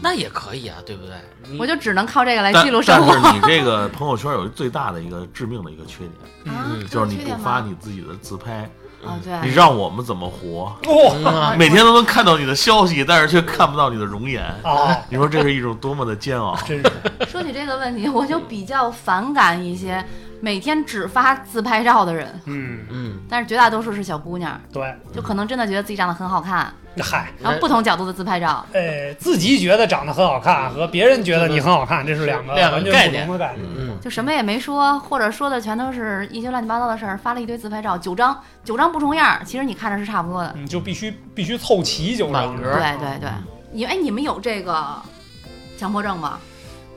Speaker 4: 那也可以啊，对不对？你
Speaker 3: 我就只能靠这个来
Speaker 1: 嗯但
Speaker 3: 记录生
Speaker 1: 但
Speaker 3: 活。
Speaker 1: 是你这个朋友圈有最大的一个致命的一个缺点，
Speaker 3: 啊
Speaker 4: 嗯，
Speaker 1: 就是你
Speaker 3: 这
Speaker 1: 不
Speaker 3: 有缺点吗
Speaker 1: 发你自己的自拍，
Speaker 3: 啊，对，
Speaker 1: 你让我们怎么活？
Speaker 4: 嗯
Speaker 2: 哇
Speaker 4: 啊
Speaker 1: 每天都能看到你的消息，但是却看不到你的容颜，
Speaker 2: 啊，
Speaker 1: 你说这是一种多么的煎 熬？
Speaker 2: 真是
Speaker 3: 说起这个问题，我就比较反感一些每天只发自拍照的人，
Speaker 2: 嗯，
Speaker 4: 嗯，
Speaker 3: 但是绝大多数是小姑娘，
Speaker 2: 对，
Speaker 3: 就可能真的觉得自己长得很好看，
Speaker 2: 嗨。
Speaker 3: 然
Speaker 1: 哎
Speaker 3: 后不同角度的自拍照。
Speaker 2: 呃，自己觉得长得很好看和别人觉得你很好看，这是两个
Speaker 4: 两个
Speaker 2: 完全
Speaker 4: 概
Speaker 2: 不
Speaker 4: 念
Speaker 2: 同的概念。
Speaker 4: 嗯，
Speaker 3: 就什么也没说，或者说的全都是一些乱七八糟的事儿，发了一堆自拍照，九张九张不重样儿，其实你看着是差不多的。
Speaker 2: 嗯，就必须必须凑齐九张
Speaker 4: 满格
Speaker 3: 对对对，你哎，你们有这个强迫症吗？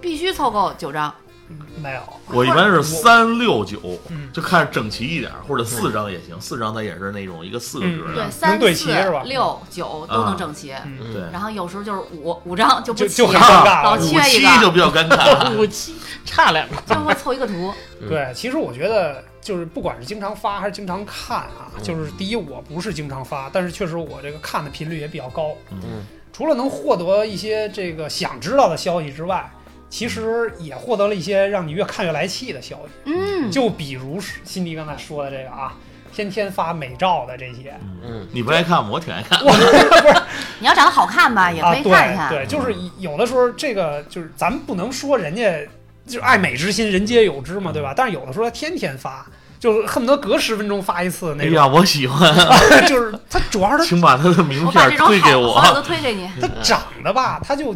Speaker 3: 必须凑够九张，
Speaker 2: 嗯没有，
Speaker 1: 我一般是三六九
Speaker 2: 嗯，
Speaker 1: 就看着整齐一点，或者四张也行，四张它也是那种一个四个格
Speaker 2: 嗯
Speaker 1: 的
Speaker 3: 对，，三
Speaker 2: 对
Speaker 3: 四
Speaker 2: 齐是吧
Speaker 3: 六九都能整齐，
Speaker 2: 嗯
Speaker 1: 对，
Speaker 3: 然后有时候就是五五张就不
Speaker 2: 就
Speaker 3: 齐
Speaker 2: 就很
Speaker 3: 了，
Speaker 2: 尴
Speaker 3: 老
Speaker 2: 尬。
Speaker 3: 七
Speaker 1: 五
Speaker 3: 缺一
Speaker 1: 七
Speaker 3: 个
Speaker 1: 就比较尴尬了。
Speaker 4: 五七差两个，
Speaker 3: 就会凑一个 图。
Speaker 4: 嗯
Speaker 2: 对，其实我觉得就是不管是经常发还是经常看啊，
Speaker 4: 嗯
Speaker 2: 就是第一我不是经常发，但是确实我这个看的频率也比较高。
Speaker 4: 嗯，
Speaker 2: 除了能获得一些这个想知道的消息之外，其实也获得了一些让你越看越来气的消息。
Speaker 3: 嗯，
Speaker 2: 就比如是辛迪刚才说的这个啊，天天发美照的这些，
Speaker 4: 嗯，
Speaker 1: 你不爱看，我挺爱看。
Speaker 3: 你要长得好看吧，也
Speaker 2: 啊，
Speaker 3: 可以看一看。嗯
Speaker 2: 对对，就是有的时候这个就是咱们不能说人家就是爱美之心，人皆有之
Speaker 3: 嗯
Speaker 2: 嘛，对吧？但是有的时候他天天发，就是恨不得隔十分钟发一次
Speaker 1: 哎
Speaker 2: 那种，
Speaker 1: 呀，我喜欢，
Speaker 2: 就是他主要 是
Speaker 1: 请把他的名
Speaker 3: 我把
Speaker 1: 片
Speaker 3: 这种
Speaker 1: 推给
Speaker 3: 好
Speaker 1: 我
Speaker 3: 好。友都推给你。嗯
Speaker 2: 他他长得吧，他就。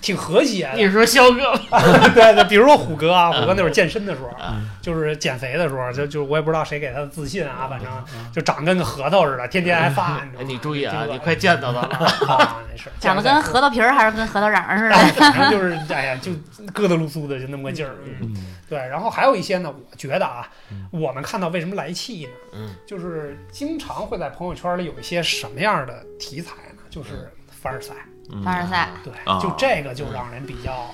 Speaker 2: 挺和谐的。
Speaker 4: 你说肖哥，
Speaker 2: 对对，比如说虎哥啊，虎哥那会儿健身的时候
Speaker 4: 嗯，
Speaker 2: 就是减肥的时候，就就我也不知道谁给他的自信啊，反正就长跟个核桃似的，天天还发，你知道
Speaker 4: 哎
Speaker 2: 吗？
Speaker 4: 你注意啊，
Speaker 2: 挺恶
Speaker 4: 你
Speaker 2: 心
Speaker 4: 快见到他了。
Speaker 2: 啊，那是
Speaker 3: 长得跟核桃皮儿还是跟核桃瓤儿似的。
Speaker 2: 反正就是哎呀，就疙瘩噜酥的，就那么个劲儿。嗯，
Speaker 1: 嗯
Speaker 2: 对。然后还有一些呢，我觉得啊
Speaker 1: 嗯，
Speaker 2: 我们看到为什么来气呢？
Speaker 4: 嗯，
Speaker 2: 就是经常会在朋友圈里有一些什么样的题材呢？就是凡尔赛，
Speaker 1: 嗯
Speaker 3: 凡尔赛，
Speaker 2: 对
Speaker 1: 啊，
Speaker 2: 就这个就让人比较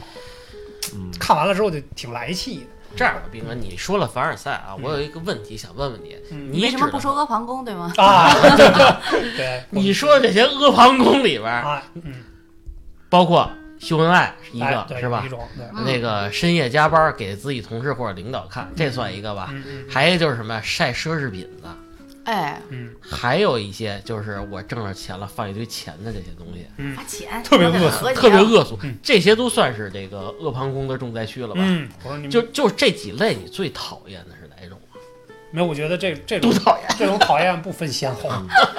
Speaker 1: 嗯
Speaker 2: 看完了之后就挺来气的。
Speaker 4: 这样吧，斌哥，你说了凡尔赛啊，我有一个问题想问问你，
Speaker 2: 嗯
Speaker 4: 你
Speaker 3: 为什么
Speaker 4: 指
Speaker 3: 不说阿房宫，对吗？
Speaker 2: 啊，对，
Speaker 4: 你说这些阿房宫里边儿，
Speaker 2: 啊，嗯，
Speaker 4: 包括秀恩爱是一
Speaker 2: 哎
Speaker 4: 个
Speaker 2: 对
Speaker 4: 是吧
Speaker 2: 一？种对，
Speaker 3: 嗯
Speaker 4: 那个深夜加班给自己同事或者领导看，这算一个吧。
Speaker 2: 嗯嗯
Speaker 4: 还有就是什么呀晒奢侈品的，
Speaker 3: 哎，
Speaker 2: 嗯
Speaker 4: 还有一些就是我挣着钱了放一堆钱的这些东西，
Speaker 3: 花钱
Speaker 2: 特别
Speaker 3: 我得
Speaker 2: 恶
Speaker 3: 合计啊
Speaker 4: 特别恶俗
Speaker 2: 嗯，
Speaker 4: 这些都算是这个阿房宫的重灾区了吧？
Speaker 2: 嗯，我说你们
Speaker 4: 就就这几类，你最讨厌的是哪一种？
Speaker 2: 没有，我觉得这这种
Speaker 4: 都嗯讨厌。
Speaker 2: 这种讨厌不分先后，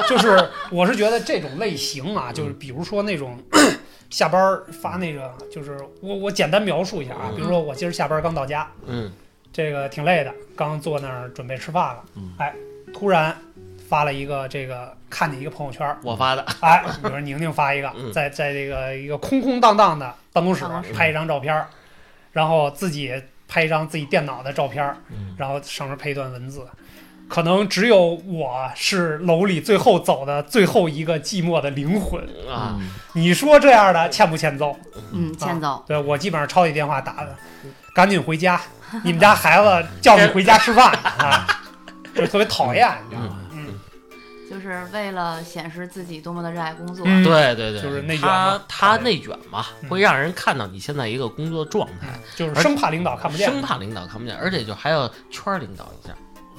Speaker 2: 就是我是觉得这种类型啊，
Speaker 4: 嗯
Speaker 2: 就是比如说那种 下班儿发那个，就是我我简单描述一下啊，
Speaker 4: 嗯
Speaker 2: 比如说我今儿下班刚到家，
Speaker 4: 嗯
Speaker 2: 这个挺累的，刚坐那儿准备吃饭了
Speaker 1: 嗯，
Speaker 2: 哎，突然发了一个这个看见一个朋友圈儿，
Speaker 4: 我发的，
Speaker 2: 哎，比如宁宁发一个，
Speaker 4: 嗯
Speaker 2: 在在这个一个空空荡荡的办公室
Speaker 3: 办公室
Speaker 2: 拍一张照片儿，然后自己拍一张自己电脑的照片儿，
Speaker 1: 嗯
Speaker 2: 然后上面配一段文字。可能只有我是楼里最后走的最后一个寂寞的灵魂。
Speaker 4: 啊，
Speaker 1: 嗯
Speaker 2: 你说这样的欠不欠揍？
Speaker 3: 嗯，
Speaker 2: 啊
Speaker 3: 欠揍。
Speaker 2: 对我基本上抄起电话打的，赶紧 回家，你们家孩子叫你回家吃 饭啊，就特别讨厌，你知道吗？嗯
Speaker 3: 就是为了显示自己多么的热爱工作。
Speaker 2: 嗯
Speaker 4: 对对对，
Speaker 2: 就是内卷
Speaker 4: 他
Speaker 2: 嘛
Speaker 4: 他
Speaker 2: 对
Speaker 4: 内卷嘛，
Speaker 2: 嗯
Speaker 4: 会让人看到你现在一个工作状态，
Speaker 2: 就是生怕领导看不见。
Speaker 4: 生怕领导看不见，而且就还要圈儿领导 一下，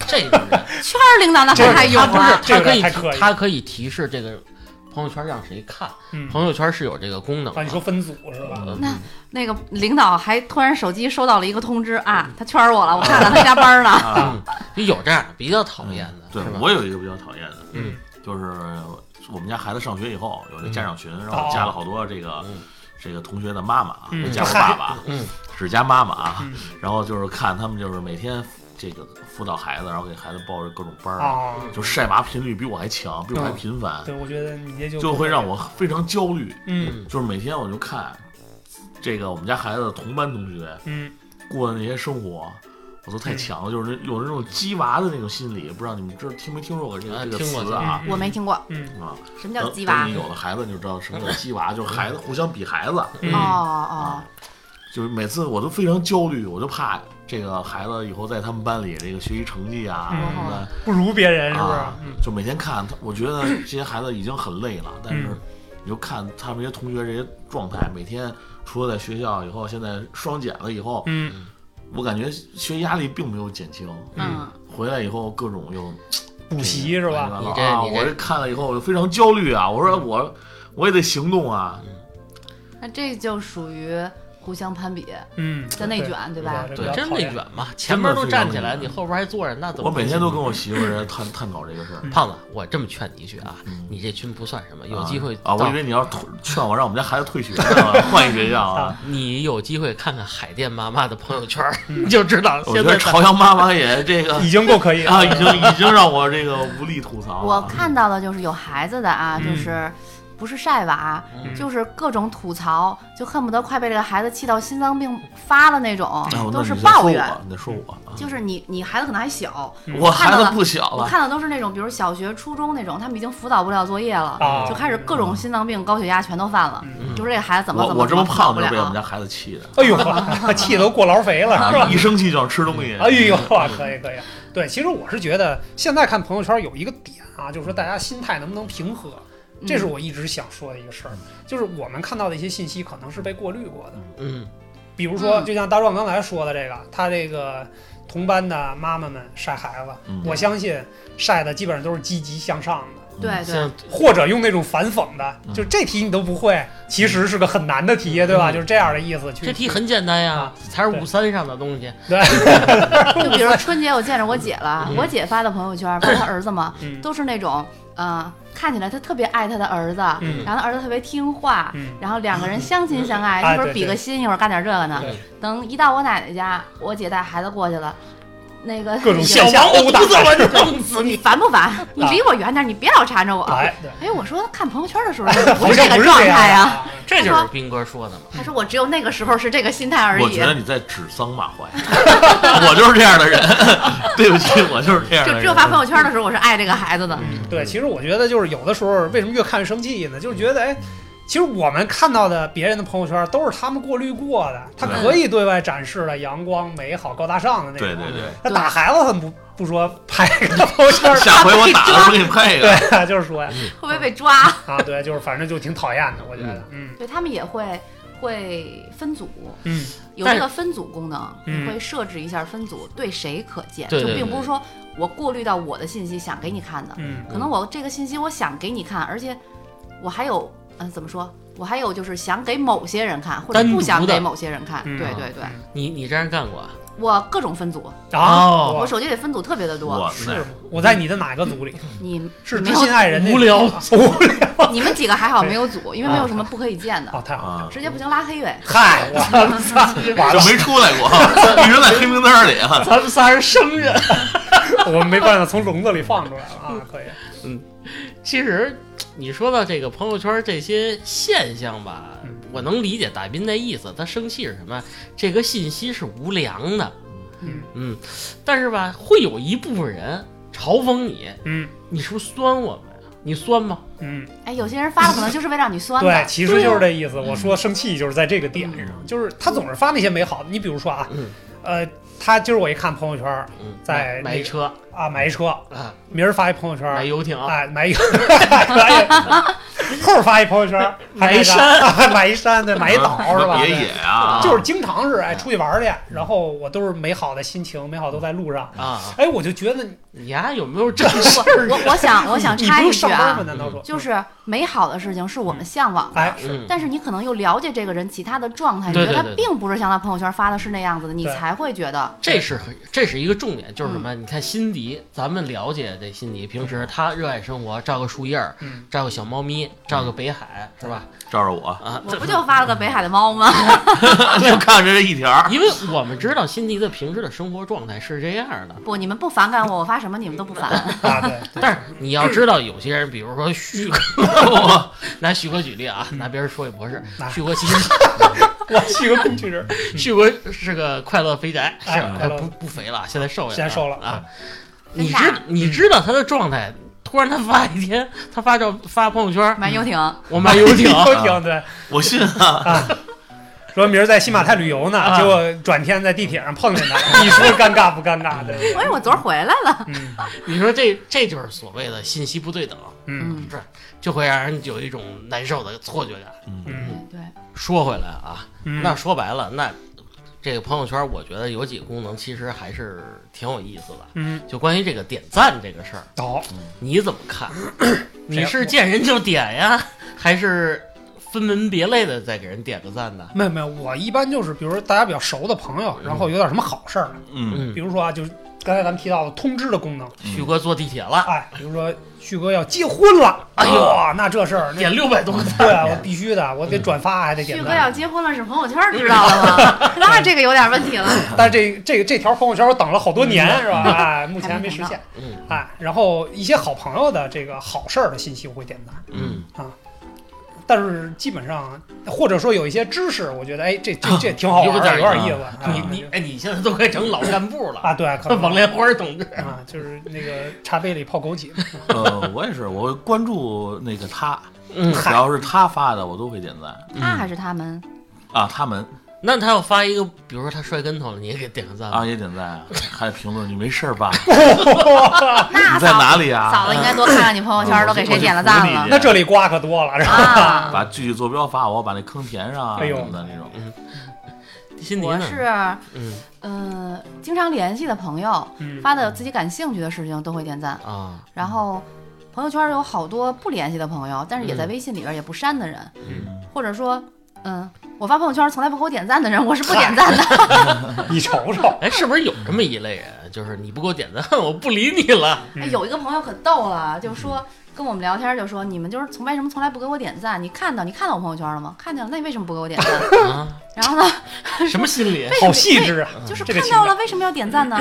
Speaker 4: 这种人
Speaker 3: 圈儿领导那
Speaker 2: 这
Speaker 3: 还有
Speaker 4: 他不
Speaker 3: 啊，
Speaker 4: 是
Speaker 2: 这
Speaker 4: 他
Speaker 2: 个
Speaker 4: 可以
Speaker 2: 太刻意
Speaker 4: 提他可以提示这个朋友圈让谁看，
Speaker 2: 嗯，
Speaker 4: 朋友圈是有这个功能
Speaker 2: 啊，
Speaker 4: 的
Speaker 2: 你。说分组是吧？
Speaker 4: 嗯
Speaker 3: 那那个领导还突然手机收到了一个通知啊，他圈儿我了，我看到他加班了。
Speaker 1: 啊，
Speaker 4: 嗯有这样比较讨厌的，
Speaker 1: 嗯对
Speaker 4: 是吧？
Speaker 1: 我有一个比较讨厌的，
Speaker 4: 嗯
Speaker 1: 就是我们家孩子上学以后有这家长群，然
Speaker 2: 哦
Speaker 1: 后加了好多这个
Speaker 4: 嗯
Speaker 1: 这个同学的妈妈啊，
Speaker 2: 嗯
Speaker 1: 没加过爸爸 啊，
Speaker 4: 嗯
Speaker 1: 只加妈妈啊
Speaker 2: 嗯，
Speaker 1: 然后就是看他们就是每天这个辅导孩子，然后给孩子报各种班
Speaker 4: 哦
Speaker 1: 儿，
Speaker 2: 啊，
Speaker 1: 就晒娃频率比我还强，比我还频繁，
Speaker 2: 对，我觉得你这就
Speaker 1: 就会让我非常焦虑，
Speaker 2: 嗯
Speaker 4: 嗯
Speaker 1: 就是每天我就看这个我们家孩子的同班同学
Speaker 2: 嗯
Speaker 1: 过的那些生活。我都太强了，就是那有那种鸡娃的那种心理，不知道你们知听没听说过这
Speaker 4: 啊
Speaker 1: 个这个
Speaker 4: 听过
Speaker 1: 词啊？
Speaker 2: 听
Speaker 3: 我没听过
Speaker 2: 嗯
Speaker 1: 啊，
Speaker 3: 什么叫
Speaker 1: 等
Speaker 3: 鸡娃
Speaker 1: 等你。有了孩子，你就知道什么叫鸡娃，就是孩子互相比孩子，
Speaker 2: 嗯
Speaker 3: 哦
Speaker 2: 啊
Speaker 3: 哦，
Speaker 1: 就是每次我都非常焦虑，我就怕这个孩子以后在他们班里这个学习成绩啊
Speaker 2: 嗯
Speaker 1: 什么的，
Speaker 2: 不如别人是不是
Speaker 1: 啊？
Speaker 2: 嗯，
Speaker 1: 就每天看他，我觉得这些孩子已经很累了，但是
Speaker 2: 嗯
Speaker 1: 你就看他们这些同学这些状态，每天除了在学校以后，现在双减了以后，
Speaker 2: 嗯
Speaker 1: 我感觉学习压力并没有减轻，
Speaker 3: 嗯，
Speaker 1: 回来以后各种又
Speaker 2: 补习是吧？
Speaker 1: 乱七
Speaker 4: 你
Speaker 1: 八
Speaker 4: 这
Speaker 1: 糟啊，
Speaker 4: 你这
Speaker 1: 我这看了以后我就非常焦虑啊，我说
Speaker 3: 嗯
Speaker 1: 我我也得行动啊，
Speaker 3: 那这就属于互相攀比，
Speaker 2: 嗯，
Speaker 3: 在内卷对吧
Speaker 2: 对
Speaker 4: 对，真内。卷嘛，前
Speaker 1: 真
Speaker 4: 面
Speaker 1: 的
Speaker 4: 都
Speaker 1: 是
Speaker 4: 站
Speaker 1: 这
Speaker 4: 起
Speaker 1: 样
Speaker 4: 来，
Speaker 1: 的
Speaker 4: 你后边还坐着，那怎么
Speaker 1: 我
Speaker 4: 行？
Speaker 1: 每天都跟我 媳妇儿探探讨这个事儿。
Speaker 4: 胖子，我这么劝你一句啊
Speaker 1: 嗯，
Speaker 4: 你这群不算什么，有机会
Speaker 1: 啊，我
Speaker 4: 到
Speaker 1: 以为你要退劝我让我们家孩子 退学呢，换一学校啊。
Speaker 4: 你有机会看看海淀妈妈的朋友 圈儿，你就知道
Speaker 1: 我觉
Speaker 4: 现在
Speaker 1: 得朝阳妈妈也这个
Speaker 2: 已经够可以了
Speaker 1: 啊，已经已经让我这个无力吐槽
Speaker 3: 我
Speaker 1: 了。啊
Speaker 3: 看到的就是有孩子的啊，
Speaker 2: 嗯
Speaker 3: 就是不是晒娃，
Speaker 2: 嗯
Speaker 3: 就是各种吐槽，就恨不得快被这个孩子气到心脏病发了那种
Speaker 1: 啊，那
Speaker 3: 都
Speaker 1: 你
Speaker 3: 是
Speaker 1: 再
Speaker 3: 抱
Speaker 1: 说
Speaker 3: 怨。
Speaker 1: 我，你再说我啊，
Speaker 3: 就是你，你孩子可能还小，
Speaker 2: 嗯
Speaker 1: 我
Speaker 3: 看
Speaker 1: 孩
Speaker 3: 到
Speaker 1: 子
Speaker 3: 了
Speaker 1: 不小
Speaker 3: 我
Speaker 1: 了，
Speaker 3: 看的都是那种，比如小学、初中那种，他们已经辅导不了作业了，
Speaker 2: 啊
Speaker 3: 就开始各种心脏病、高血压全都犯了。
Speaker 2: 嗯
Speaker 3: 就是这孩子怎么
Speaker 1: 我
Speaker 3: 怎么
Speaker 1: 我这么
Speaker 3: 怎辅导
Speaker 1: 胖
Speaker 3: 不
Speaker 1: 就被我们
Speaker 3: 了。
Speaker 1: 家孩子气 的，
Speaker 2: 哎呦呵，气得都过劳肥了是吧
Speaker 1: 啊？一生气就想吃东西。
Speaker 2: 哎呦，可以可以。对，其实我是觉得现在看朋友圈有一个点啊，就是说大家心态能不能平和，
Speaker 3: 嗯
Speaker 2: 这是我一直想说的一个事儿。就是我们看到的一些信息可能是被过滤过的，
Speaker 4: 嗯
Speaker 2: 比如说
Speaker 3: 嗯
Speaker 2: 就像大壮刚才说的这个，他这个同班的妈妈们晒孩子，
Speaker 1: 嗯
Speaker 2: 我相信晒的基本上都是积极向上的。
Speaker 3: 对哎
Speaker 1: 嗯
Speaker 3: 对
Speaker 4: 像
Speaker 2: 或者用那种反讽的，就这题你都不会，其实是个很难的题，对吧？
Speaker 4: 嗯
Speaker 2: 就是这样的意思。去
Speaker 4: 这题很简单呀
Speaker 2: 啊，
Speaker 4: 才是五三上的东西。
Speaker 2: 对，
Speaker 3: 就比如 春节我见着我姐了，
Speaker 4: 嗯
Speaker 3: 我姐发的朋友圈，不是她儿子嘛，
Speaker 2: 嗯
Speaker 3: 都是那种呃，看起来她特别爱她的儿子，
Speaker 2: 嗯
Speaker 3: 然后她儿子特别听话，
Speaker 2: 嗯
Speaker 3: 然后两个人相亲相 爱，
Speaker 2: 哎
Speaker 3: 一会儿
Speaker 2: 对
Speaker 3: 比个
Speaker 2: 对
Speaker 3: 心，一会儿干点这个呢。等一到我奶奶家，我姐带孩子过去了，那个
Speaker 2: 各种
Speaker 3: 小
Speaker 2: 现
Speaker 4: 小
Speaker 2: 象
Speaker 4: 王
Speaker 2: 殴
Speaker 4: 八
Speaker 2: 打
Speaker 4: 犊子，我弄死
Speaker 3: 你
Speaker 4: 你！
Speaker 3: 烦不烦？你离我远点，你别老缠着我。
Speaker 2: 啊哎，对，
Speaker 3: 哎，我说看朋友圈的时候不
Speaker 2: 好
Speaker 3: 是
Speaker 2: 像
Speaker 3: 这个
Speaker 2: 不是
Speaker 3: 状
Speaker 2: 这样
Speaker 3: 态
Speaker 2: 的
Speaker 3: 啊。
Speaker 2: 啊。
Speaker 4: 这就是斌哥说的嘛。
Speaker 3: 他说我只有那个时候是这个心态而
Speaker 1: 我
Speaker 3: 已
Speaker 1: 觉，得你在指桑骂槐，我就是这样的人， 对不起，我就是这样的
Speaker 3: 就
Speaker 1: 人。
Speaker 3: 只有发朋友圈的时候我是爱这个孩子的。
Speaker 2: 嗯，对，其实我觉得就是有的时候为什么越看越生气呢？就是觉得哎。其实我们看到的别人的朋友圈都是他们过滤过的，他
Speaker 1: 对
Speaker 2: 可以对外展示的阳光、美好、高大上的那种。
Speaker 1: 对对对，，
Speaker 2: 那打孩子他们不不说拍 个朋友圈儿
Speaker 1: 下回我打的时候给你拍一个。
Speaker 2: 对，啊就是说呀
Speaker 3: 会不会被抓？
Speaker 2: 啊，对，就是反正就挺讨厌的，我觉得，嗯
Speaker 3: 对他们也会会分组，
Speaker 2: 嗯
Speaker 3: 有
Speaker 4: 但
Speaker 3: 这个分组功能，
Speaker 2: 嗯
Speaker 3: 你会设置一下分组对谁可见，
Speaker 4: 对
Speaker 3: 就
Speaker 4: 对
Speaker 3: 并不
Speaker 4: 对
Speaker 3: 是说我过滤到我的信息想给你看的，
Speaker 2: 嗯
Speaker 3: 可能我这个信息我想给你看，而且我还有嗯、怎么说？我还有就是想给某些人看，或者
Speaker 4: 单独
Speaker 3: 不想
Speaker 4: 的
Speaker 3: 给某些人看。
Speaker 2: 嗯
Speaker 3: 对对对，
Speaker 2: 嗯
Speaker 4: 你你这样干过啊？
Speaker 3: 我各种分组，
Speaker 2: 啊，
Speaker 4: 哦
Speaker 3: 我
Speaker 2: 我
Speaker 3: 手机里分组特别的多
Speaker 1: 哇。
Speaker 2: 是
Speaker 1: 塞，
Speaker 2: 吗我在你的哪个组里？
Speaker 3: 你
Speaker 2: 是
Speaker 3: 没
Speaker 2: 知
Speaker 3: 有
Speaker 2: 心爱人那
Speaker 4: 嗯无聊
Speaker 2: 无 聊
Speaker 3: 你们几个还好没有组，因为没有什么不可以见的，
Speaker 2: 啊，太好了，
Speaker 1: 啊，
Speaker 3: 直接不行拉黑 呗。
Speaker 2: 嗨，我操，完
Speaker 1: 就
Speaker 2: 了，
Speaker 1: 没出 来过，一直在黑名单里啊。
Speaker 4: 咱们仨是生人。
Speaker 2: 我没办法从笼子里放出来了啊，可以，
Speaker 4: 其实你说到这个朋友圈这些现象吧
Speaker 2: 嗯，
Speaker 4: 我能理解大斌那意思，他生气是什么？这个信息是无良的，
Speaker 2: 嗯
Speaker 4: 嗯，但是吧，会有一部分人嘲讽你，
Speaker 2: 嗯
Speaker 4: 你是不是酸我们呀？你酸吗？
Speaker 2: 嗯，
Speaker 3: 哎，有些人发了可能就是为让你酸
Speaker 2: 对，
Speaker 3: 的。
Speaker 2: 其实就是这意
Speaker 3: 啊
Speaker 2: 思。我说生气就是在这个点
Speaker 3: 嗯
Speaker 2: 上，就是他总是发那些美好的，你比如说啊，
Speaker 4: 嗯
Speaker 2: 呃，他今儿我一看朋友圈儿
Speaker 4: 嗯，
Speaker 2: 在
Speaker 4: 买买
Speaker 2: 那个
Speaker 4: 车
Speaker 2: 啊，买一车，
Speaker 4: 啊，
Speaker 2: 明儿发一朋友圈儿
Speaker 4: 买，游艇，啊
Speaker 2: 哎，买一 个，可以。后儿发一朋友圈儿，还那
Speaker 4: 买一
Speaker 2: 个
Speaker 4: 山，
Speaker 2: 买一山，对，买一岛是吧？
Speaker 1: 嗯别
Speaker 2: 对
Speaker 1: 野啊，
Speaker 2: 就是经常是哎出去玩儿去，然后我都是美好的心情，美好都在路上。
Speaker 4: 啊，
Speaker 2: 哎，我就觉得你
Speaker 4: 你丫有没有正事儿？
Speaker 3: 我我我想我想
Speaker 2: 你
Speaker 3: 插
Speaker 2: 不
Speaker 3: 一
Speaker 2: 用
Speaker 3: 句
Speaker 2: 上班
Speaker 3: 啊
Speaker 2: 吗？，难道说
Speaker 3: 就是美好的事情是我们向往的，
Speaker 2: 哎
Speaker 4: 嗯
Speaker 3: 但 是你可能又了解这个人其他的状态，你
Speaker 4: 对
Speaker 3: 觉得他
Speaker 4: 对对啊
Speaker 3: 并不是像他朋友圈发的是那样子的，你
Speaker 2: 对
Speaker 3: 才会觉得
Speaker 4: 这是很，这是一个重点，就是什
Speaker 3: 嗯
Speaker 4: 么？你看辛迪，咱们了解这辛迪，平时他热爱生活，照个树叶儿
Speaker 2: 嗯，
Speaker 4: 照个小猫咪，照个北海，是吧？
Speaker 1: 照着我，
Speaker 4: 啊，
Speaker 3: 我
Speaker 4: 这
Speaker 3: 不就发 了个北海的猫吗？
Speaker 1: 就看着这一条儿。
Speaker 4: 因为我们知道辛迪的平时的生活状态是这样的，
Speaker 3: 不，你们不反感我，我发什么你们都不反。
Speaker 2: 啊？对，
Speaker 4: 但是你要知道，有些人，比如说旭哥， 我拿旭哥举例啊，
Speaker 3: 嗯
Speaker 4: 拿别人说也不合适
Speaker 2: 拿。
Speaker 4: 旭哥其实
Speaker 2: 我是个工具人，
Speaker 4: 旭哥是个快乐肥宅，是
Speaker 2: 嗯哎快乐
Speaker 4: 不不肥了，现在瘦下来了，
Speaker 2: 现在瘦了
Speaker 4: 啊。
Speaker 3: 真
Speaker 4: 你
Speaker 3: 大
Speaker 4: 知你知道他的状态，突然他发一天，他发照发朋友圈，
Speaker 3: 买游艇，
Speaker 4: 我买游艇，
Speaker 2: 都挺对。
Speaker 1: 我信 啊，
Speaker 2: 说明儿在新马泰旅游呢，
Speaker 4: 啊
Speaker 2: 结果转天在地铁上碰见他，你说尴尬不尴尬？对不对，
Speaker 3: 哎，我昨儿回来了。
Speaker 2: 嗯
Speaker 4: 你说这这就是所谓的信息不对等，
Speaker 2: 嗯
Speaker 3: 嗯，
Speaker 4: 就会让人有一种难受的错觉感。
Speaker 2: 嗯
Speaker 3: 对，
Speaker 4: 说回来啊，
Speaker 2: 嗯，
Speaker 4: 那说白了，那这个朋友圈，我觉得有几个功能其实还是挺有意思的。
Speaker 2: 嗯
Speaker 4: 就关于这个点赞这个事儿，
Speaker 2: 好，
Speaker 4: 你怎么看？你是见人就点呀， 还是分门别类的再给人点个赞呢？
Speaker 2: 没有没有，我一般就是比如说大家比较熟的朋友，然后有点什么好事儿，
Speaker 1: 嗯，
Speaker 4: 嗯
Speaker 2: 比，如说啊，就是刚才咱们提到的通知的功能，
Speaker 4: 旭哥坐地铁了，
Speaker 2: 哎，比如说旭哥要结婚了，哎呦，那这事儿那
Speaker 4: 啊点嗯六百多个赞，
Speaker 2: 对啊，我必须的，我得转发还得
Speaker 3: 旭
Speaker 2: 点
Speaker 3: 哥
Speaker 2: 赞。
Speaker 3: 要结婚了，是朋友圈知道了吗？那这个有点问题了。
Speaker 2: 但是这这这条朋友圈我等了好多年是吧？哎，目前还没实现。
Speaker 4: 嗯
Speaker 2: 哎，然后一些好朋友的这个好事儿的信息我会点赞。
Speaker 4: 嗯，
Speaker 2: 但是基本上，或者说有一些知识，我觉得哎，这这这挺好玩
Speaker 4: 啊有点
Speaker 2: 儿，
Speaker 4: 意
Speaker 2: 有
Speaker 4: 思
Speaker 2: 点意思。
Speaker 4: 你你哎，你现在都快成老干部了
Speaker 2: 啊，对啊，可能
Speaker 4: 王连花同志，
Speaker 2: 啊，就是那个茶杯里泡枸杞，
Speaker 1: 呃，我也是，我关注那个他，
Speaker 4: 嗯，
Speaker 1: 只要是他发的，我都会点赞
Speaker 3: 他还是他们，
Speaker 1: 啊。他们
Speaker 4: 那他要发一个，比如说他摔跟头了，你也给点个赞
Speaker 1: 啊
Speaker 4: 吧。
Speaker 1: 也点赞啊，还评论你没事儿吧？
Speaker 3: 那
Speaker 1: 你在
Speaker 3: 嫂
Speaker 1: 哪里啊？
Speaker 3: 嫂子应该多看看你朋友圈都给谁点了赞了
Speaker 2: 那这里瓜可多了，是 吧？
Speaker 3: 啊。
Speaker 1: 把具体坐标发我，把那坑填上啊
Speaker 2: 哎
Speaker 1: 什
Speaker 2: 呦
Speaker 1: 么的那种。
Speaker 4: 辛迪
Speaker 3: 我
Speaker 4: 呢？
Speaker 3: 是
Speaker 4: 嗯
Speaker 3: 呃，经常联系的朋友
Speaker 2: 嗯
Speaker 3: 发的自己感兴趣的事情都会点赞，
Speaker 4: 啊，
Speaker 3: 然后朋友圈有好多不联系的朋友，但是也在
Speaker 4: 嗯
Speaker 3: 微信里边也不删的人，
Speaker 4: 嗯
Speaker 3: 或者说，嗯，我发朋友圈从来不给我点赞的人，我是不点赞的。
Speaker 2: 你嗯瞅瞅，
Speaker 4: 哎，是不是有这么一类人，啊就是你不给我点赞， 我不理你 了？
Speaker 2: 嗯
Speaker 3: 哎 有一个朋友可逗了，就说跟我们聊天就说，你们就是从为什么从来不给我点赞？你看到你看到我朋友圈了吗？看见了，那你为什么不给我点赞？
Speaker 4: 啊，
Speaker 3: 然后呢，
Speaker 4: 什么心理？
Speaker 2: 好细致啊！
Speaker 3: 哎就是
Speaker 2: 这个
Speaker 3: 看
Speaker 2: 情
Speaker 3: 到
Speaker 2: 感
Speaker 3: 了，为什么要点赞呢？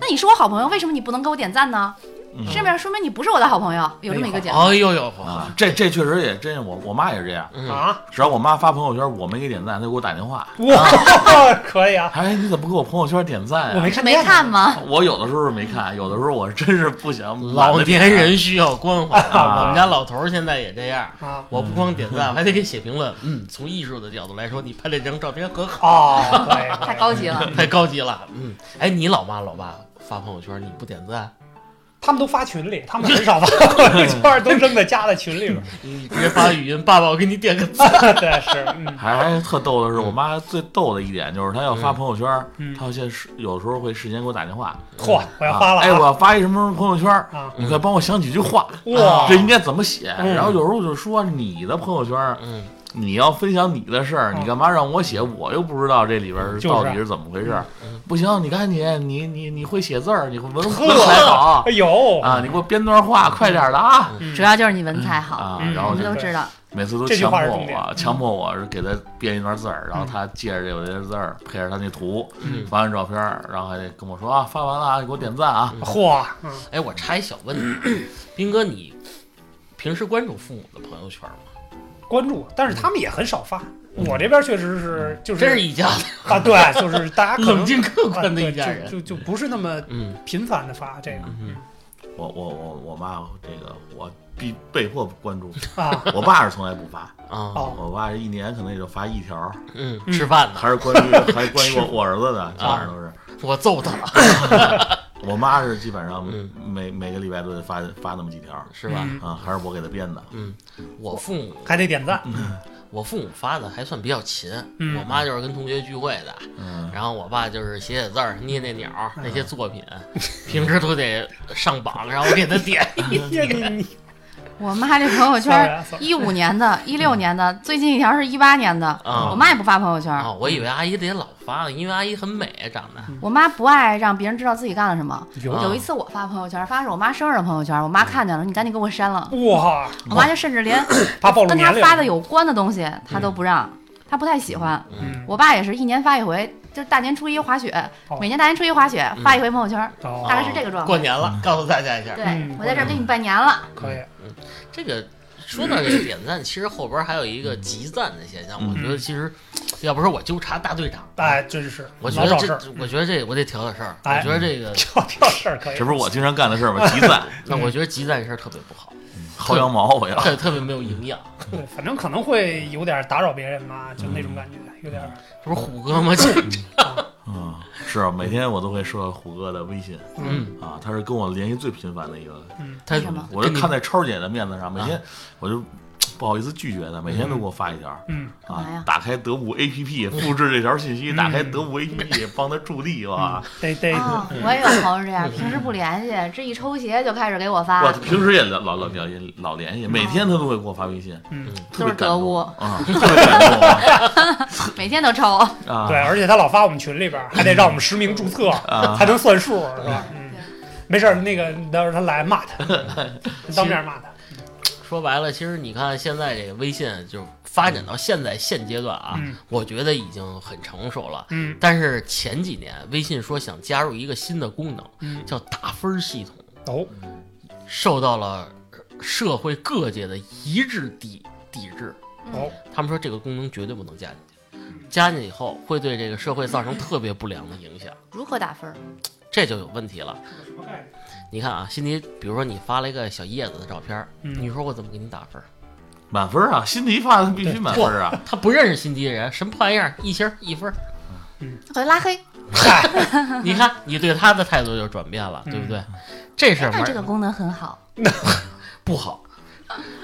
Speaker 3: 那你是我好朋友，为什么你不能给我点赞呢？
Speaker 1: 嗯
Speaker 3: 是不是说明你不是我的好朋友？有这么一个解释。
Speaker 4: 哎呦呦，
Speaker 1: 啊，这这确实也真，我我妈也是这样。
Speaker 4: 嗯，
Speaker 2: 啊，
Speaker 1: 只要我妈发朋友圈，我没给点赞，她就给我打电话，
Speaker 2: 哇，可以啊，
Speaker 1: 哎，你怎么不给我朋友圈点赞
Speaker 2: 我
Speaker 1: 呀、
Speaker 2: 没看
Speaker 3: 没
Speaker 2: 见
Speaker 3: 看吗？
Speaker 1: 我有的时候没看，有的时候我真是不想。
Speaker 4: 老年人需要关怀啊！
Speaker 1: 啊
Speaker 4: 我们家老头儿现在也这样。
Speaker 2: 啊。
Speaker 4: 我不光点赞，我还得给写评论。嗯，从艺术的角度来说，你拍这张照片很好，
Speaker 2: 哦，嗯可以可
Speaker 3: 太
Speaker 2: 以，
Speaker 3: 高级了。
Speaker 4: 太高级了。嗯，哎，你老妈老爸发朋友圈你不点赞，
Speaker 2: 他们都发群里，他们很少发朋友圈，都扔在家的群里边。
Speaker 4: 你直接发语音，爸爸，我给你点个赞。
Speaker 2: 对，是，嗯
Speaker 1: 还还特逗的是，我妈最逗的一点就是她要发朋友圈，
Speaker 2: 嗯
Speaker 1: 她现在是有时候会事先给我打电话，
Speaker 2: 嚯，我要发了
Speaker 1: 啊
Speaker 2: 啊！
Speaker 1: 哎，我要发一什么什么朋友圈，
Speaker 2: 啊，
Speaker 1: 你
Speaker 4: 嗯
Speaker 1: 快帮我想几句话，
Speaker 2: 哇
Speaker 1: 这应该怎么写？
Speaker 2: 嗯
Speaker 1: 然后有时候就说你的朋友圈，
Speaker 4: 嗯，
Speaker 1: 你要分享你的事儿，
Speaker 2: 嗯
Speaker 1: 你干嘛让我写？我又不知道这里边儿
Speaker 2: 就是啊
Speaker 1: 到底是怎么回事儿
Speaker 4: 嗯。
Speaker 1: 不行，你赶紧，你你你会写字儿，你会文
Speaker 2: 呵
Speaker 1: 文采好
Speaker 2: 哎呦，
Speaker 1: 啊，你给我编段话，快点儿的啊
Speaker 4: 嗯
Speaker 3: 主要就是你文采好，
Speaker 1: 啊
Speaker 2: 嗯！
Speaker 1: 然
Speaker 3: 我
Speaker 1: 后
Speaker 3: 们
Speaker 1: 就
Speaker 3: 都知道。
Speaker 1: 每次都
Speaker 2: 这句
Speaker 1: 强
Speaker 2: 话是
Speaker 1: 迫
Speaker 2: 重点嗯
Speaker 1: 我，强迫我是给他编一段字儿，然后他借着有些字儿配着他那图
Speaker 4: 嗯，
Speaker 1: 发完照片儿，然后还得跟我说啊，发完了啊，给我点赞啊。
Speaker 2: 嚯，嗯
Speaker 4: 哎，我插一小问题，斌哥，你平时关注父母的朋友圈吗？
Speaker 2: 关注，但是他们也很少发。我这边确实是，就
Speaker 4: 嗯真是
Speaker 2: 是
Speaker 4: 一家
Speaker 2: 啊，对，就是大家 可能
Speaker 4: 冷静客
Speaker 2: 啊
Speaker 4: 观的
Speaker 2: 对
Speaker 4: 一家人。
Speaker 2: 就就就不是那么
Speaker 4: 嗯
Speaker 2: 频繁的发这个
Speaker 4: 嗯
Speaker 1: 我我我我妈这个我必被迫关注，
Speaker 2: 啊。
Speaker 1: 我爸是从来不 发，
Speaker 4: 啊
Speaker 2: 哦，
Speaker 1: 我爸一年可能也就发一条，
Speaker 4: 嗯，
Speaker 2: 嗯
Speaker 4: 吃饭呢，
Speaker 1: 还是关于还是关于我我儿子的，基本上都是。
Speaker 4: 我揍他
Speaker 1: 我妈是基本上
Speaker 4: 嗯
Speaker 1: 每每个礼拜都得发发那么几条
Speaker 4: 是吧？
Speaker 2: 嗯
Speaker 1: 啊，还是我给他编的。
Speaker 4: 嗯，我父母
Speaker 2: 还得点赞，
Speaker 4: 我父母发的还算比较勤，
Speaker 2: 嗯
Speaker 4: 我妈就是跟同学聚会的，
Speaker 1: 嗯，
Speaker 4: 然后我爸就是写写字儿、捏捏鸟儿那些作品，平时都得上榜，然后我给他点。
Speaker 2: 你你
Speaker 3: 我妈这朋友 圈，一五年的、一
Speaker 2: 嗯
Speaker 3: 六年的，最近一条是一八年的。
Speaker 2: 哦
Speaker 4: 啊
Speaker 3: 我妈也不发朋友圈，
Speaker 4: 啊，我以为阿姨得老发呢，因为阿姨很美，长得。
Speaker 3: 我妈不爱让别人知道自己干了什么。
Speaker 2: 有
Speaker 4: 啊
Speaker 3: 有一次我发朋友圈，发的是我妈生日的朋友圈，我
Speaker 2: 嗯
Speaker 3: 妈看见了，你赶紧给我删了。
Speaker 2: 哇，
Speaker 3: 我妈就甚至 连
Speaker 2: 怕暴露
Speaker 3: 跟她
Speaker 2: 哦年龄。
Speaker 3: 发的有关的东西，她都不让，她不太喜欢。
Speaker 2: 嗯，
Speaker 3: 我爸也是一年发一回，就是大年初一滑雪
Speaker 2: 哦，
Speaker 3: 每年大年初一滑雪发一回朋友圈。
Speaker 2: 哦
Speaker 3: 大概是这个状态
Speaker 4: 过年了，告诉大家一下，
Speaker 3: 对
Speaker 2: 嗯
Speaker 3: 我在这儿给你拜年了，
Speaker 2: 可以，
Speaker 4: 这个说到这个点赞，其实后边还有一个集赞的现象。我觉得其实，要不是我纠察大队长，
Speaker 2: 哎，真是
Speaker 4: 我觉
Speaker 2: 老
Speaker 4: 得
Speaker 2: 找事
Speaker 4: 这
Speaker 2: 儿，，
Speaker 4: 我觉得这我得挑挑事儿。
Speaker 2: 哎
Speaker 4: 我觉得这个，
Speaker 2: 跳跳事儿可以
Speaker 1: 这。不是我经常干的事儿吗？集赞
Speaker 4: 那我觉得集赞这事儿特别不好，
Speaker 1: 薅羊毛， 我要。
Speaker 4: 特特别没有营养。
Speaker 2: 对，反正可能会有点打扰别人嘛，就那种感觉，有点儿
Speaker 4: 这不是虎哥吗？这
Speaker 1: 嗯，是啊每天我都会收到虎哥的微信
Speaker 4: 嗯，
Speaker 1: 啊，他是跟我联系最频繁的一个，
Speaker 4: 他
Speaker 3: 为什么
Speaker 1: 我是
Speaker 4: 跟你
Speaker 1: 看在超姐的面子上，每天我就不好意思拒绝他，每天都给我发一条
Speaker 2: 嗯，
Speaker 3: 干嘛
Speaker 1: 啊
Speaker 3: 呀，
Speaker 1: 打开得物 APP 复制这条信息，打开得物 APP 帮他助力哇，
Speaker 2: 得得
Speaker 3: 啊、我也有朋友这
Speaker 2: 嗯
Speaker 3: 样，平时不联系，这一抽鞋就开始给我发
Speaker 1: 我，平时也老老老联系老联系，每天他都会给我发微信，
Speaker 2: 嗯，
Speaker 1: 特
Speaker 3: 嗯都
Speaker 1: 别感
Speaker 3: 是得物
Speaker 1: 动啊， 特别感动
Speaker 3: 每天都 抽。
Speaker 1: 啊
Speaker 2: 对，
Speaker 1: 啊，
Speaker 2: 而且他老发我们群里边儿，还得让我们实名注册，
Speaker 1: 啊
Speaker 2: 才能算数，是吧？嗯，没事儿，那个到时候他来骂他，当面骂他。
Speaker 4: 说白了，其实你看现在这个微信就发展到现在现阶段啊，
Speaker 2: 嗯
Speaker 4: 我觉得已经很成熟了。
Speaker 2: 嗯
Speaker 4: 但是前几年微信说想加入一个新的功能，
Speaker 2: 嗯，
Speaker 4: 叫打分系统，
Speaker 2: 哦，
Speaker 4: 受到了社会各界的一致抵抵制。
Speaker 2: 哦，
Speaker 4: 他们说这个功能绝对不能加进
Speaker 1: 嗯
Speaker 4: 去，加进去以后会对这个社会造成特别不良的影响，
Speaker 3: 如何打分？
Speaker 4: 这就有问题了。你看啊，心里比如说你发了一个小叶子的照片，
Speaker 2: 嗯
Speaker 4: 你说我怎么给你打分？
Speaker 1: 满分啊，新的一发必须满分啊，
Speaker 4: 他不认识心机的人，什么破玩意儿，一星儿一分儿。
Speaker 3: 我就拉黑。
Speaker 2: 嗨，
Speaker 4: 你看，你对他的态度就转变了，
Speaker 2: 嗯
Speaker 4: 对不对？这事儿
Speaker 3: 哎但
Speaker 4: 玩
Speaker 3: 这个功能很好，
Speaker 4: 不好，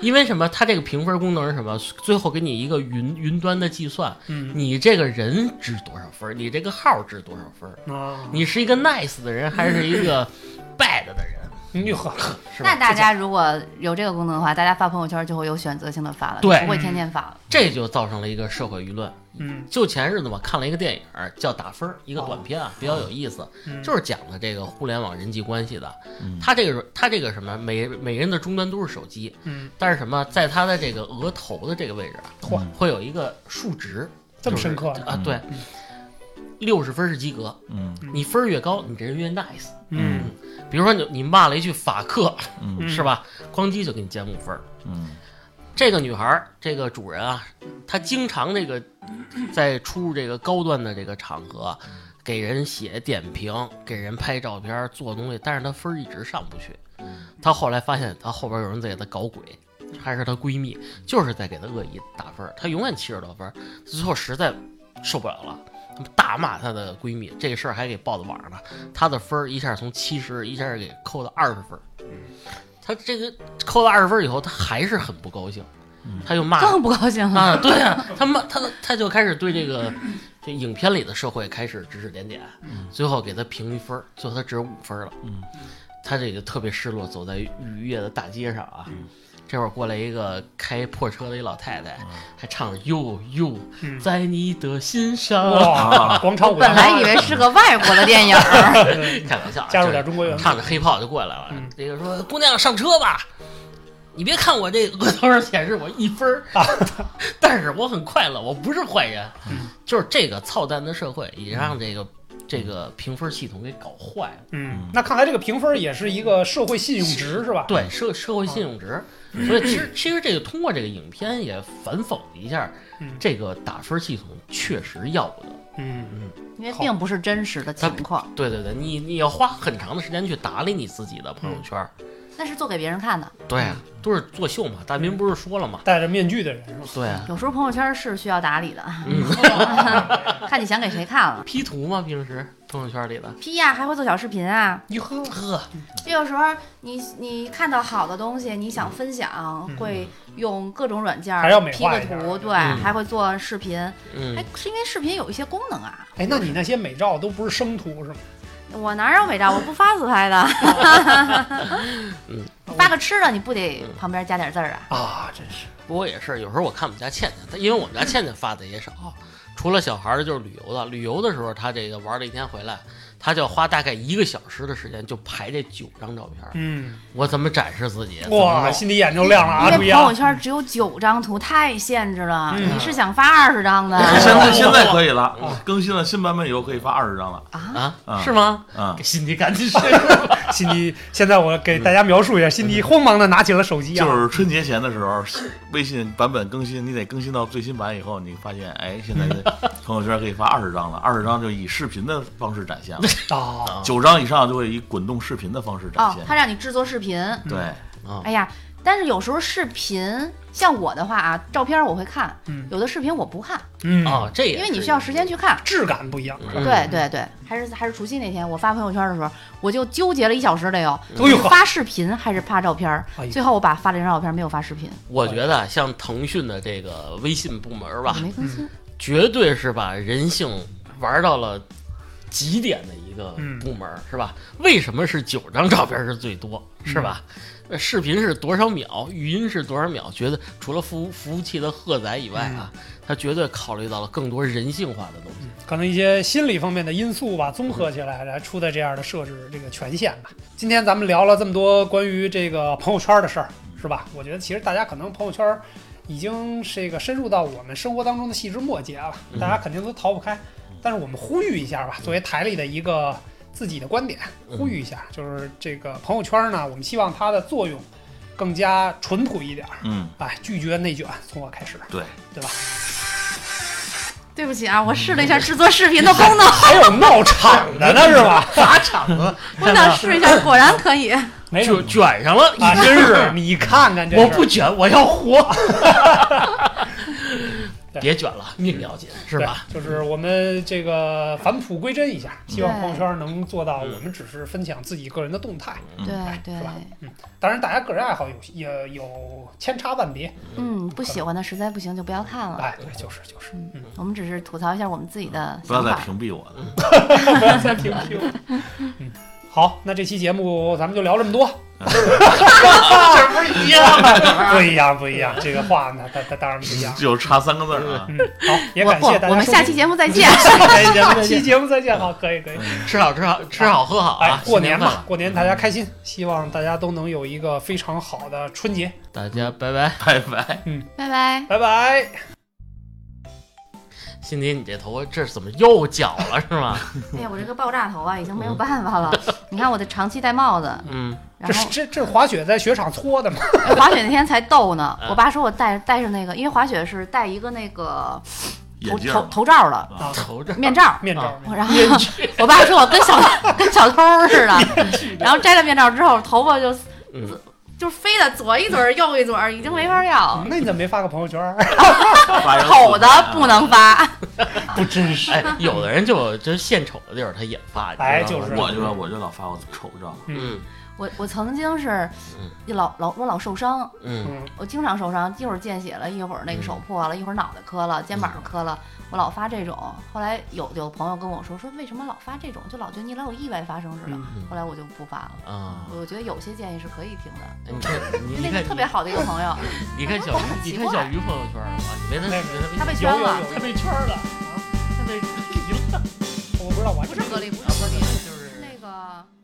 Speaker 4: 因为什么？他这个评分功能是什么？最后给你一个云云端的计算，
Speaker 2: 嗯
Speaker 4: 你这个人值多少分儿，你这个号值多少分儿，
Speaker 2: 啊，
Speaker 4: 你是一个 nice 的人还是一个 bad 的人？
Speaker 2: 嗯哟呵，
Speaker 4: 是吧
Speaker 3: 那大家如果有这个功能的话，大家发朋友圈就会有选择性的发了，
Speaker 4: 对
Speaker 3: 不会天天发了。
Speaker 4: 这就造成了一个社会舆论。
Speaker 2: 嗯
Speaker 4: 就前日子吧，看了一个电影儿叫《打分儿》，一个
Speaker 2: 哦
Speaker 4: 短片啊，比较有意思，
Speaker 2: 嗯，
Speaker 4: 就是讲的这个互联网人际关系的
Speaker 1: 嗯。
Speaker 4: 他这个他这个什么，每每人的终端都是手机，
Speaker 2: 嗯，
Speaker 4: 但是什么，在他的这个额头的这个位置啊，
Speaker 2: 嚯，
Speaker 4: 会有一个数值，
Speaker 2: 这么深刻
Speaker 4: 就是
Speaker 2: 呢，
Speaker 4: 啊？对，六十分是及格，
Speaker 1: 嗯
Speaker 2: 嗯
Speaker 4: 你分儿越高，你这人越 nice。
Speaker 2: 嗯
Speaker 4: 比如说你你骂了一句法克，
Speaker 1: 嗯
Speaker 4: 是吧？咣叽就给你减五分儿。
Speaker 1: 嗯
Speaker 4: 这个女孩儿，这个主人啊，她经常这个在出入这个高端的这个场合，给人写点评，给人拍照片儿、做东西，但是她分儿一直上不去。她后来发现，她后边有人在给她搞鬼，还是她闺蜜，就是在给她恶意打分儿。她永远七十多分儿，最后实在受不了了。她大骂她的闺蜜，这个事儿还给报到网上了。她的分儿一下从七十，一下给扣到二十分儿。她这个扣到二十分儿以后，她还是很不高兴，她就骂
Speaker 3: 更不高兴了。
Speaker 4: 嗯 啊，对 啊，他妈他他就开始对这个这影片里的社会开始指指点点，
Speaker 2: 嗯
Speaker 4: 最后给他评一分儿，最后他只有五分儿了。
Speaker 1: 嗯，
Speaker 4: 他这个特别失落，走在愉悦的大街上啊。
Speaker 2: 嗯
Speaker 4: 这会儿过来一个开破车的一老太
Speaker 3: 嗯
Speaker 4: 太，还唱着哟哟，
Speaker 2: 嗯
Speaker 4: 在你的心上，
Speaker 2: 哇，广场 舞
Speaker 3: 本来以为是个外国的电影儿，
Speaker 2: 为
Speaker 4: 开玩笑啊，
Speaker 2: 加入
Speaker 4: 就是
Speaker 2: 点中国元素，
Speaker 4: 唱着黑炮就过来了。
Speaker 2: 嗯
Speaker 4: 这个说姑娘上车吧，你别看我这额头上显示我一分儿， 但是我很快乐，我不是坏人。
Speaker 2: 嗯
Speaker 4: 就是这个操蛋的社会也让这个这个评分系统给搞坏了。
Speaker 2: 嗯，那看来这个评分也是一个社会信用值是吧？
Speaker 4: 对社社会信用值，所以其实其实这个通过这个影片也反讽了一下
Speaker 2: 嗯，
Speaker 4: 这个打分系统确实要不得。
Speaker 2: 嗯
Speaker 3: 因为并不是真实的情况，
Speaker 4: 对对对，你你要花很长的时间去打理你自己的朋友圈。
Speaker 3: 那是做给别人看的。
Speaker 4: 对啊，都是作秀嘛，大明不是说了吗？
Speaker 2: 戴着面具的人是吧？
Speaker 4: 对啊，
Speaker 3: 有时候朋友圈是需要打理的，
Speaker 4: 嗯
Speaker 3: 看你想给谁看了。
Speaker 4: P 图吗？平时朋友圈里的？
Speaker 3: P 呀、还会做小视频啊。
Speaker 2: 哟呵，
Speaker 4: 呵，
Speaker 3: 这个时候你，你看到好的东西，你想分享，
Speaker 2: 嗯
Speaker 3: 会用各种软件
Speaker 2: 还要美
Speaker 3: P
Speaker 2: 化
Speaker 3: 个
Speaker 2: 一下
Speaker 3: 图，对，
Speaker 4: 嗯
Speaker 3: 还会做视频。
Speaker 4: 嗯
Speaker 3: 哎，，是因为视频有一些功能啊。
Speaker 2: 哎，那你那些美照都不是生图是吗？
Speaker 3: 我哪有美照？我不发自拍 的。
Speaker 2: 嗯
Speaker 3: 发个吃的，你不得旁边加点字儿啊？
Speaker 2: 啊，真是，
Speaker 4: 不过也是，有时候我看我们家倩倩，她因为我们家倩倩发的也少，除了小孩儿的就是旅游的。旅游的时候，她这个玩了一天回来，她就要花大概一个小时的时间就排这九张照片儿，
Speaker 2: 嗯，
Speaker 4: 我怎么展示自己？怎么
Speaker 2: 哇，
Speaker 4: 弄
Speaker 2: 心里眼睛亮了啊！
Speaker 3: 因
Speaker 2: 注意
Speaker 3: 为朋
Speaker 2: 啊
Speaker 3: 友，圈只有九张图，太限制了。
Speaker 2: 嗯
Speaker 3: 你是想发二十张的？
Speaker 1: 嗯现在现
Speaker 3: 嗯
Speaker 1: 在可以了，更新了新版本以后可以发二十张了。
Speaker 3: 哦
Speaker 4: 啊？
Speaker 1: 啊
Speaker 4: 是
Speaker 3: 嗯
Speaker 4: 吗？
Speaker 1: 啊
Speaker 4: 给，心里赶紧睡。
Speaker 2: 辛迪，现在我给大家描述一下，辛迪慌忙的拿起了手机啊，
Speaker 1: 就是春节前的时候，微信版本更新，你得更新到最新版以后，你发现哎，现在这朋友圈可以发二十张了，二十张就以视频的方式展现了，
Speaker 2: 啊，
Speaker 1: 九张以上就会以滚动视频的方式展
Speaker 3: 哦
Speaker 1: 现，。
Speaker 3: 他让你制作视频。
Speaker 2: 嗯
Speaker 1: 对，
Speaker 4: 啊，
Speaker 3: 哎呀，但是有时候视频，像我的话啊，照片我会看，
Speaker 2: 嗯
Speaker 3: 有的视频我不看，
Speaker 2: 嗯
Speaker 4: 哦，这也
Speaker 3: 因为
Speaker 4: 是
Speaker 3: 你需要时间去看。
Speaker 2: 质感不一样，
Speaker 4: 嗯
Speaker 2: 是吧
Speaker 3: 对对对，还是还是除夕那天，我发朋友圈的时候，我就纠结了一小时得有，
Speaker 2: 哎呦呵
Speaker 3: 发视频还是发照片儿
Speaker 2: 哎？呦
Speaker 3: 最后我把发了一张照片，没有发视频，
Speaker 4: 我觉得啊像腾讯的这个微信部门儿吧
Speaker 3: 我，没更新。
Speaker 4: 绝对是把人性玩到了极点的一个
Speaker 2: 嗯
Speaker 4: 部门儿，是吧？为什么是九张照片是最多，是吧？
Speaker 2: 嗯
Speaker 4: 呃视频是多少秒，语音是多少秒？觉得除了服务服务器的荷载以外啊，
Speaker 2: 嗯
Speaker 4: 它绝对考虑到了更多人性化的东西。
Speaker 2: 可能一些心理方面的因素吧，综合起来来出的这样的设置这个权限吧。今天咱们聊了这么多关于这个朋友圈的事儿，是吧？我觉得其实大家可能朋友圈已经这个深入到我们生活当中的细枝末节了，大家肯定都逃不开。但是我们呼吁一下吧，作为台里的一个自己的观点，呼吁一下，就是这个朋友圈呢，我们希望它的作用更加淳朴一点儿，
Speaker 1: 嗯，
Speaker 2: 哎，拒绝内卷，从我开始。
Speaker 1: 对，
Speaker 3: 对不起啊，我试了一下制作视频的功能，
Speaker 2: 还有闹场的呢，是吧？
Speaker 4: 砸 场子，
Speaker 3: 我想试一下，果然可以。
Speaker 2: 没什么
Speaker 4: 就卷上了，
Speaker 2: 哎 啊，真是你看看这
Speaker 4: 我
Speaker 2: 是
Speaker 4: 不卷，我要活。
Speaker 2: 对
Speaker 4: 别卷了，命要紧，是吧？？
Speaker 2: 对就是我们这个返璞归真一下，希望朋友圈能做到，
Speaker 4: 嗯
Speaker 2: 我们只是分享自己个人的动态。
Speaker 1: 嗯
Speaker 3: 对对
Speaker 2: 是，吧当然，大家个人爱好有也有千差万别，
Speaker 3: 嗯，不喜欢的实在不行就不要看了。
Speaker 2: 哎，对，就是就是，嗯，
Speaker 3: 我们只是吐槽一下我们自己的
Speaker 1: 不要
Speaker 3: 想
Speaker 1: 再
Speaker 3: 法。
Speaker 1: 屏蔽我了。
Speaker 2: 不要再评评。嗯，好，那这期节目咱们就聊这 么多。
Speaker 4: 这不是一样吗？
Speaker 2: 不一样，不一样，这个话呢，当当当然不一样。
Speaker 1: 就差三个字儿啊。
Speaker 2: 嗯，好，也
Speaker 3: 我
Speaker 2: 感
Speaker 3: 不，
Speaker 2: 谢大家收听。
Speaker 3: 我们下期节目再见。
Speaker 2: 下期节 目再见。好，可以可以。
Speaker 1: 嗯
Speaker 4: 吃好吃好吃好喝好
Speaker 2: 哎
Speaker 4: 啊！，
Speaker 2: 过
Speaker 4: 新
Speaker 2: 年
Speaker 4: 快乐
Speaker 2: 嘛，过年大家开心，希望大家都能有一个非常好的春节。
Speaker 4: 大家拜拜。
Speaker 1: 拜拜。
Speaker 3: 拜拜。
Speaker 2: 拜拜。
Speaker 4: 辛迪，你这头这怎么又绞了是吗？
Speaker 3: 哎呀，我这个爆炸头啊，已经没有办法了。你看我的长期戴帽子，
Speaker 4: 嗯，
Speaker 3: 然
Speaker 2: 这
Speaker 3: 后
Speaker 2: 是这这是滑雪在雪场搓的吗？
Speaker 3: 哎 滑雪那天才逗呢
Speaker 4: 嗯。
Speaker 3: 我爸说我戴戴上那个，因为滑雪是戴一个那个头
Speaker 1: 眼镜儿
Speaker 3: 头头罩的
Speaker 2: 啊，
Speaker 4: 头这
Speaker 3: 面罩。
Speaker 2: 面罩
Speaker 4: 啊。
Speaker 3: 然后我爸说我跟小 跟小偷似的，然后摘了面罩之后，头发就
Speaker 4: 嗯
Speaker 3: 就飞的左一嘴右一嘴，已经没法要了。
Speaker 2: 那你怎么没发个朋友圈儿？啊
Speaker 1: 发
Speaker 4: 嗯
Speaker 1: 扬
Speaker 3: 丑的
Speaker 1: 自己啊
Speaker 3: 不能发，
Speaker 2: 不真实。
Speaker 4: 哎，有的人就有就是献丑的地儿，他也发，
Speaker 2: 哎
Speaker 4: 你知道吗
Speaker 2: 就是
Speaker 1: 我就我就老发我丑照，
Speaker 4: 嗯
Speaker 3: 我我曾经是老老我老受伤，
Speaker 4: 嗯
Speaker 2: 嗯，
Speaker 3: 我经常受伤，一会儿见血了，一会儿那个手破了，一会儿脑袋磕了，肩
Speaker 4: 嗯
Speaker 3: 膀磕了，我老发这种。后来有有朋友跟我说，说为什么老发这种，就老觉得你老有意外发生似的。
Speaker 2: 嗯
Speaker 3: 后来我就不发了。
Speaker 4: 啊，
Speaker 3: 我觉得有些建议是可以听的，
Speaker 4: 你看你
Speaker 3: 那
Speaker 4: 看
Speaker 3: 个特别好的一个朋友，
Speaker 4: 你看小鱼，你看小鱼朋友圈了吗？你没他，你没
Speaker 3: 他被
Speaker 2: 有
Speaker 3: 圈
Speaker 2: 有有
Speaker 3: 了，，
Speaker 4: 他被圈了，
Speaker 2: 啊
Speaker 4: 他被
Speaker 2: 我不知道，我还 아,
Speaker 3: 不
Speaker 2: 뭐
Speaker 3: 是隔离，不
Speaker 4: 啊
Speaker 3: 是隔离，
Speaker 4: 就是
Speaker 3: 那个。 아, 뭐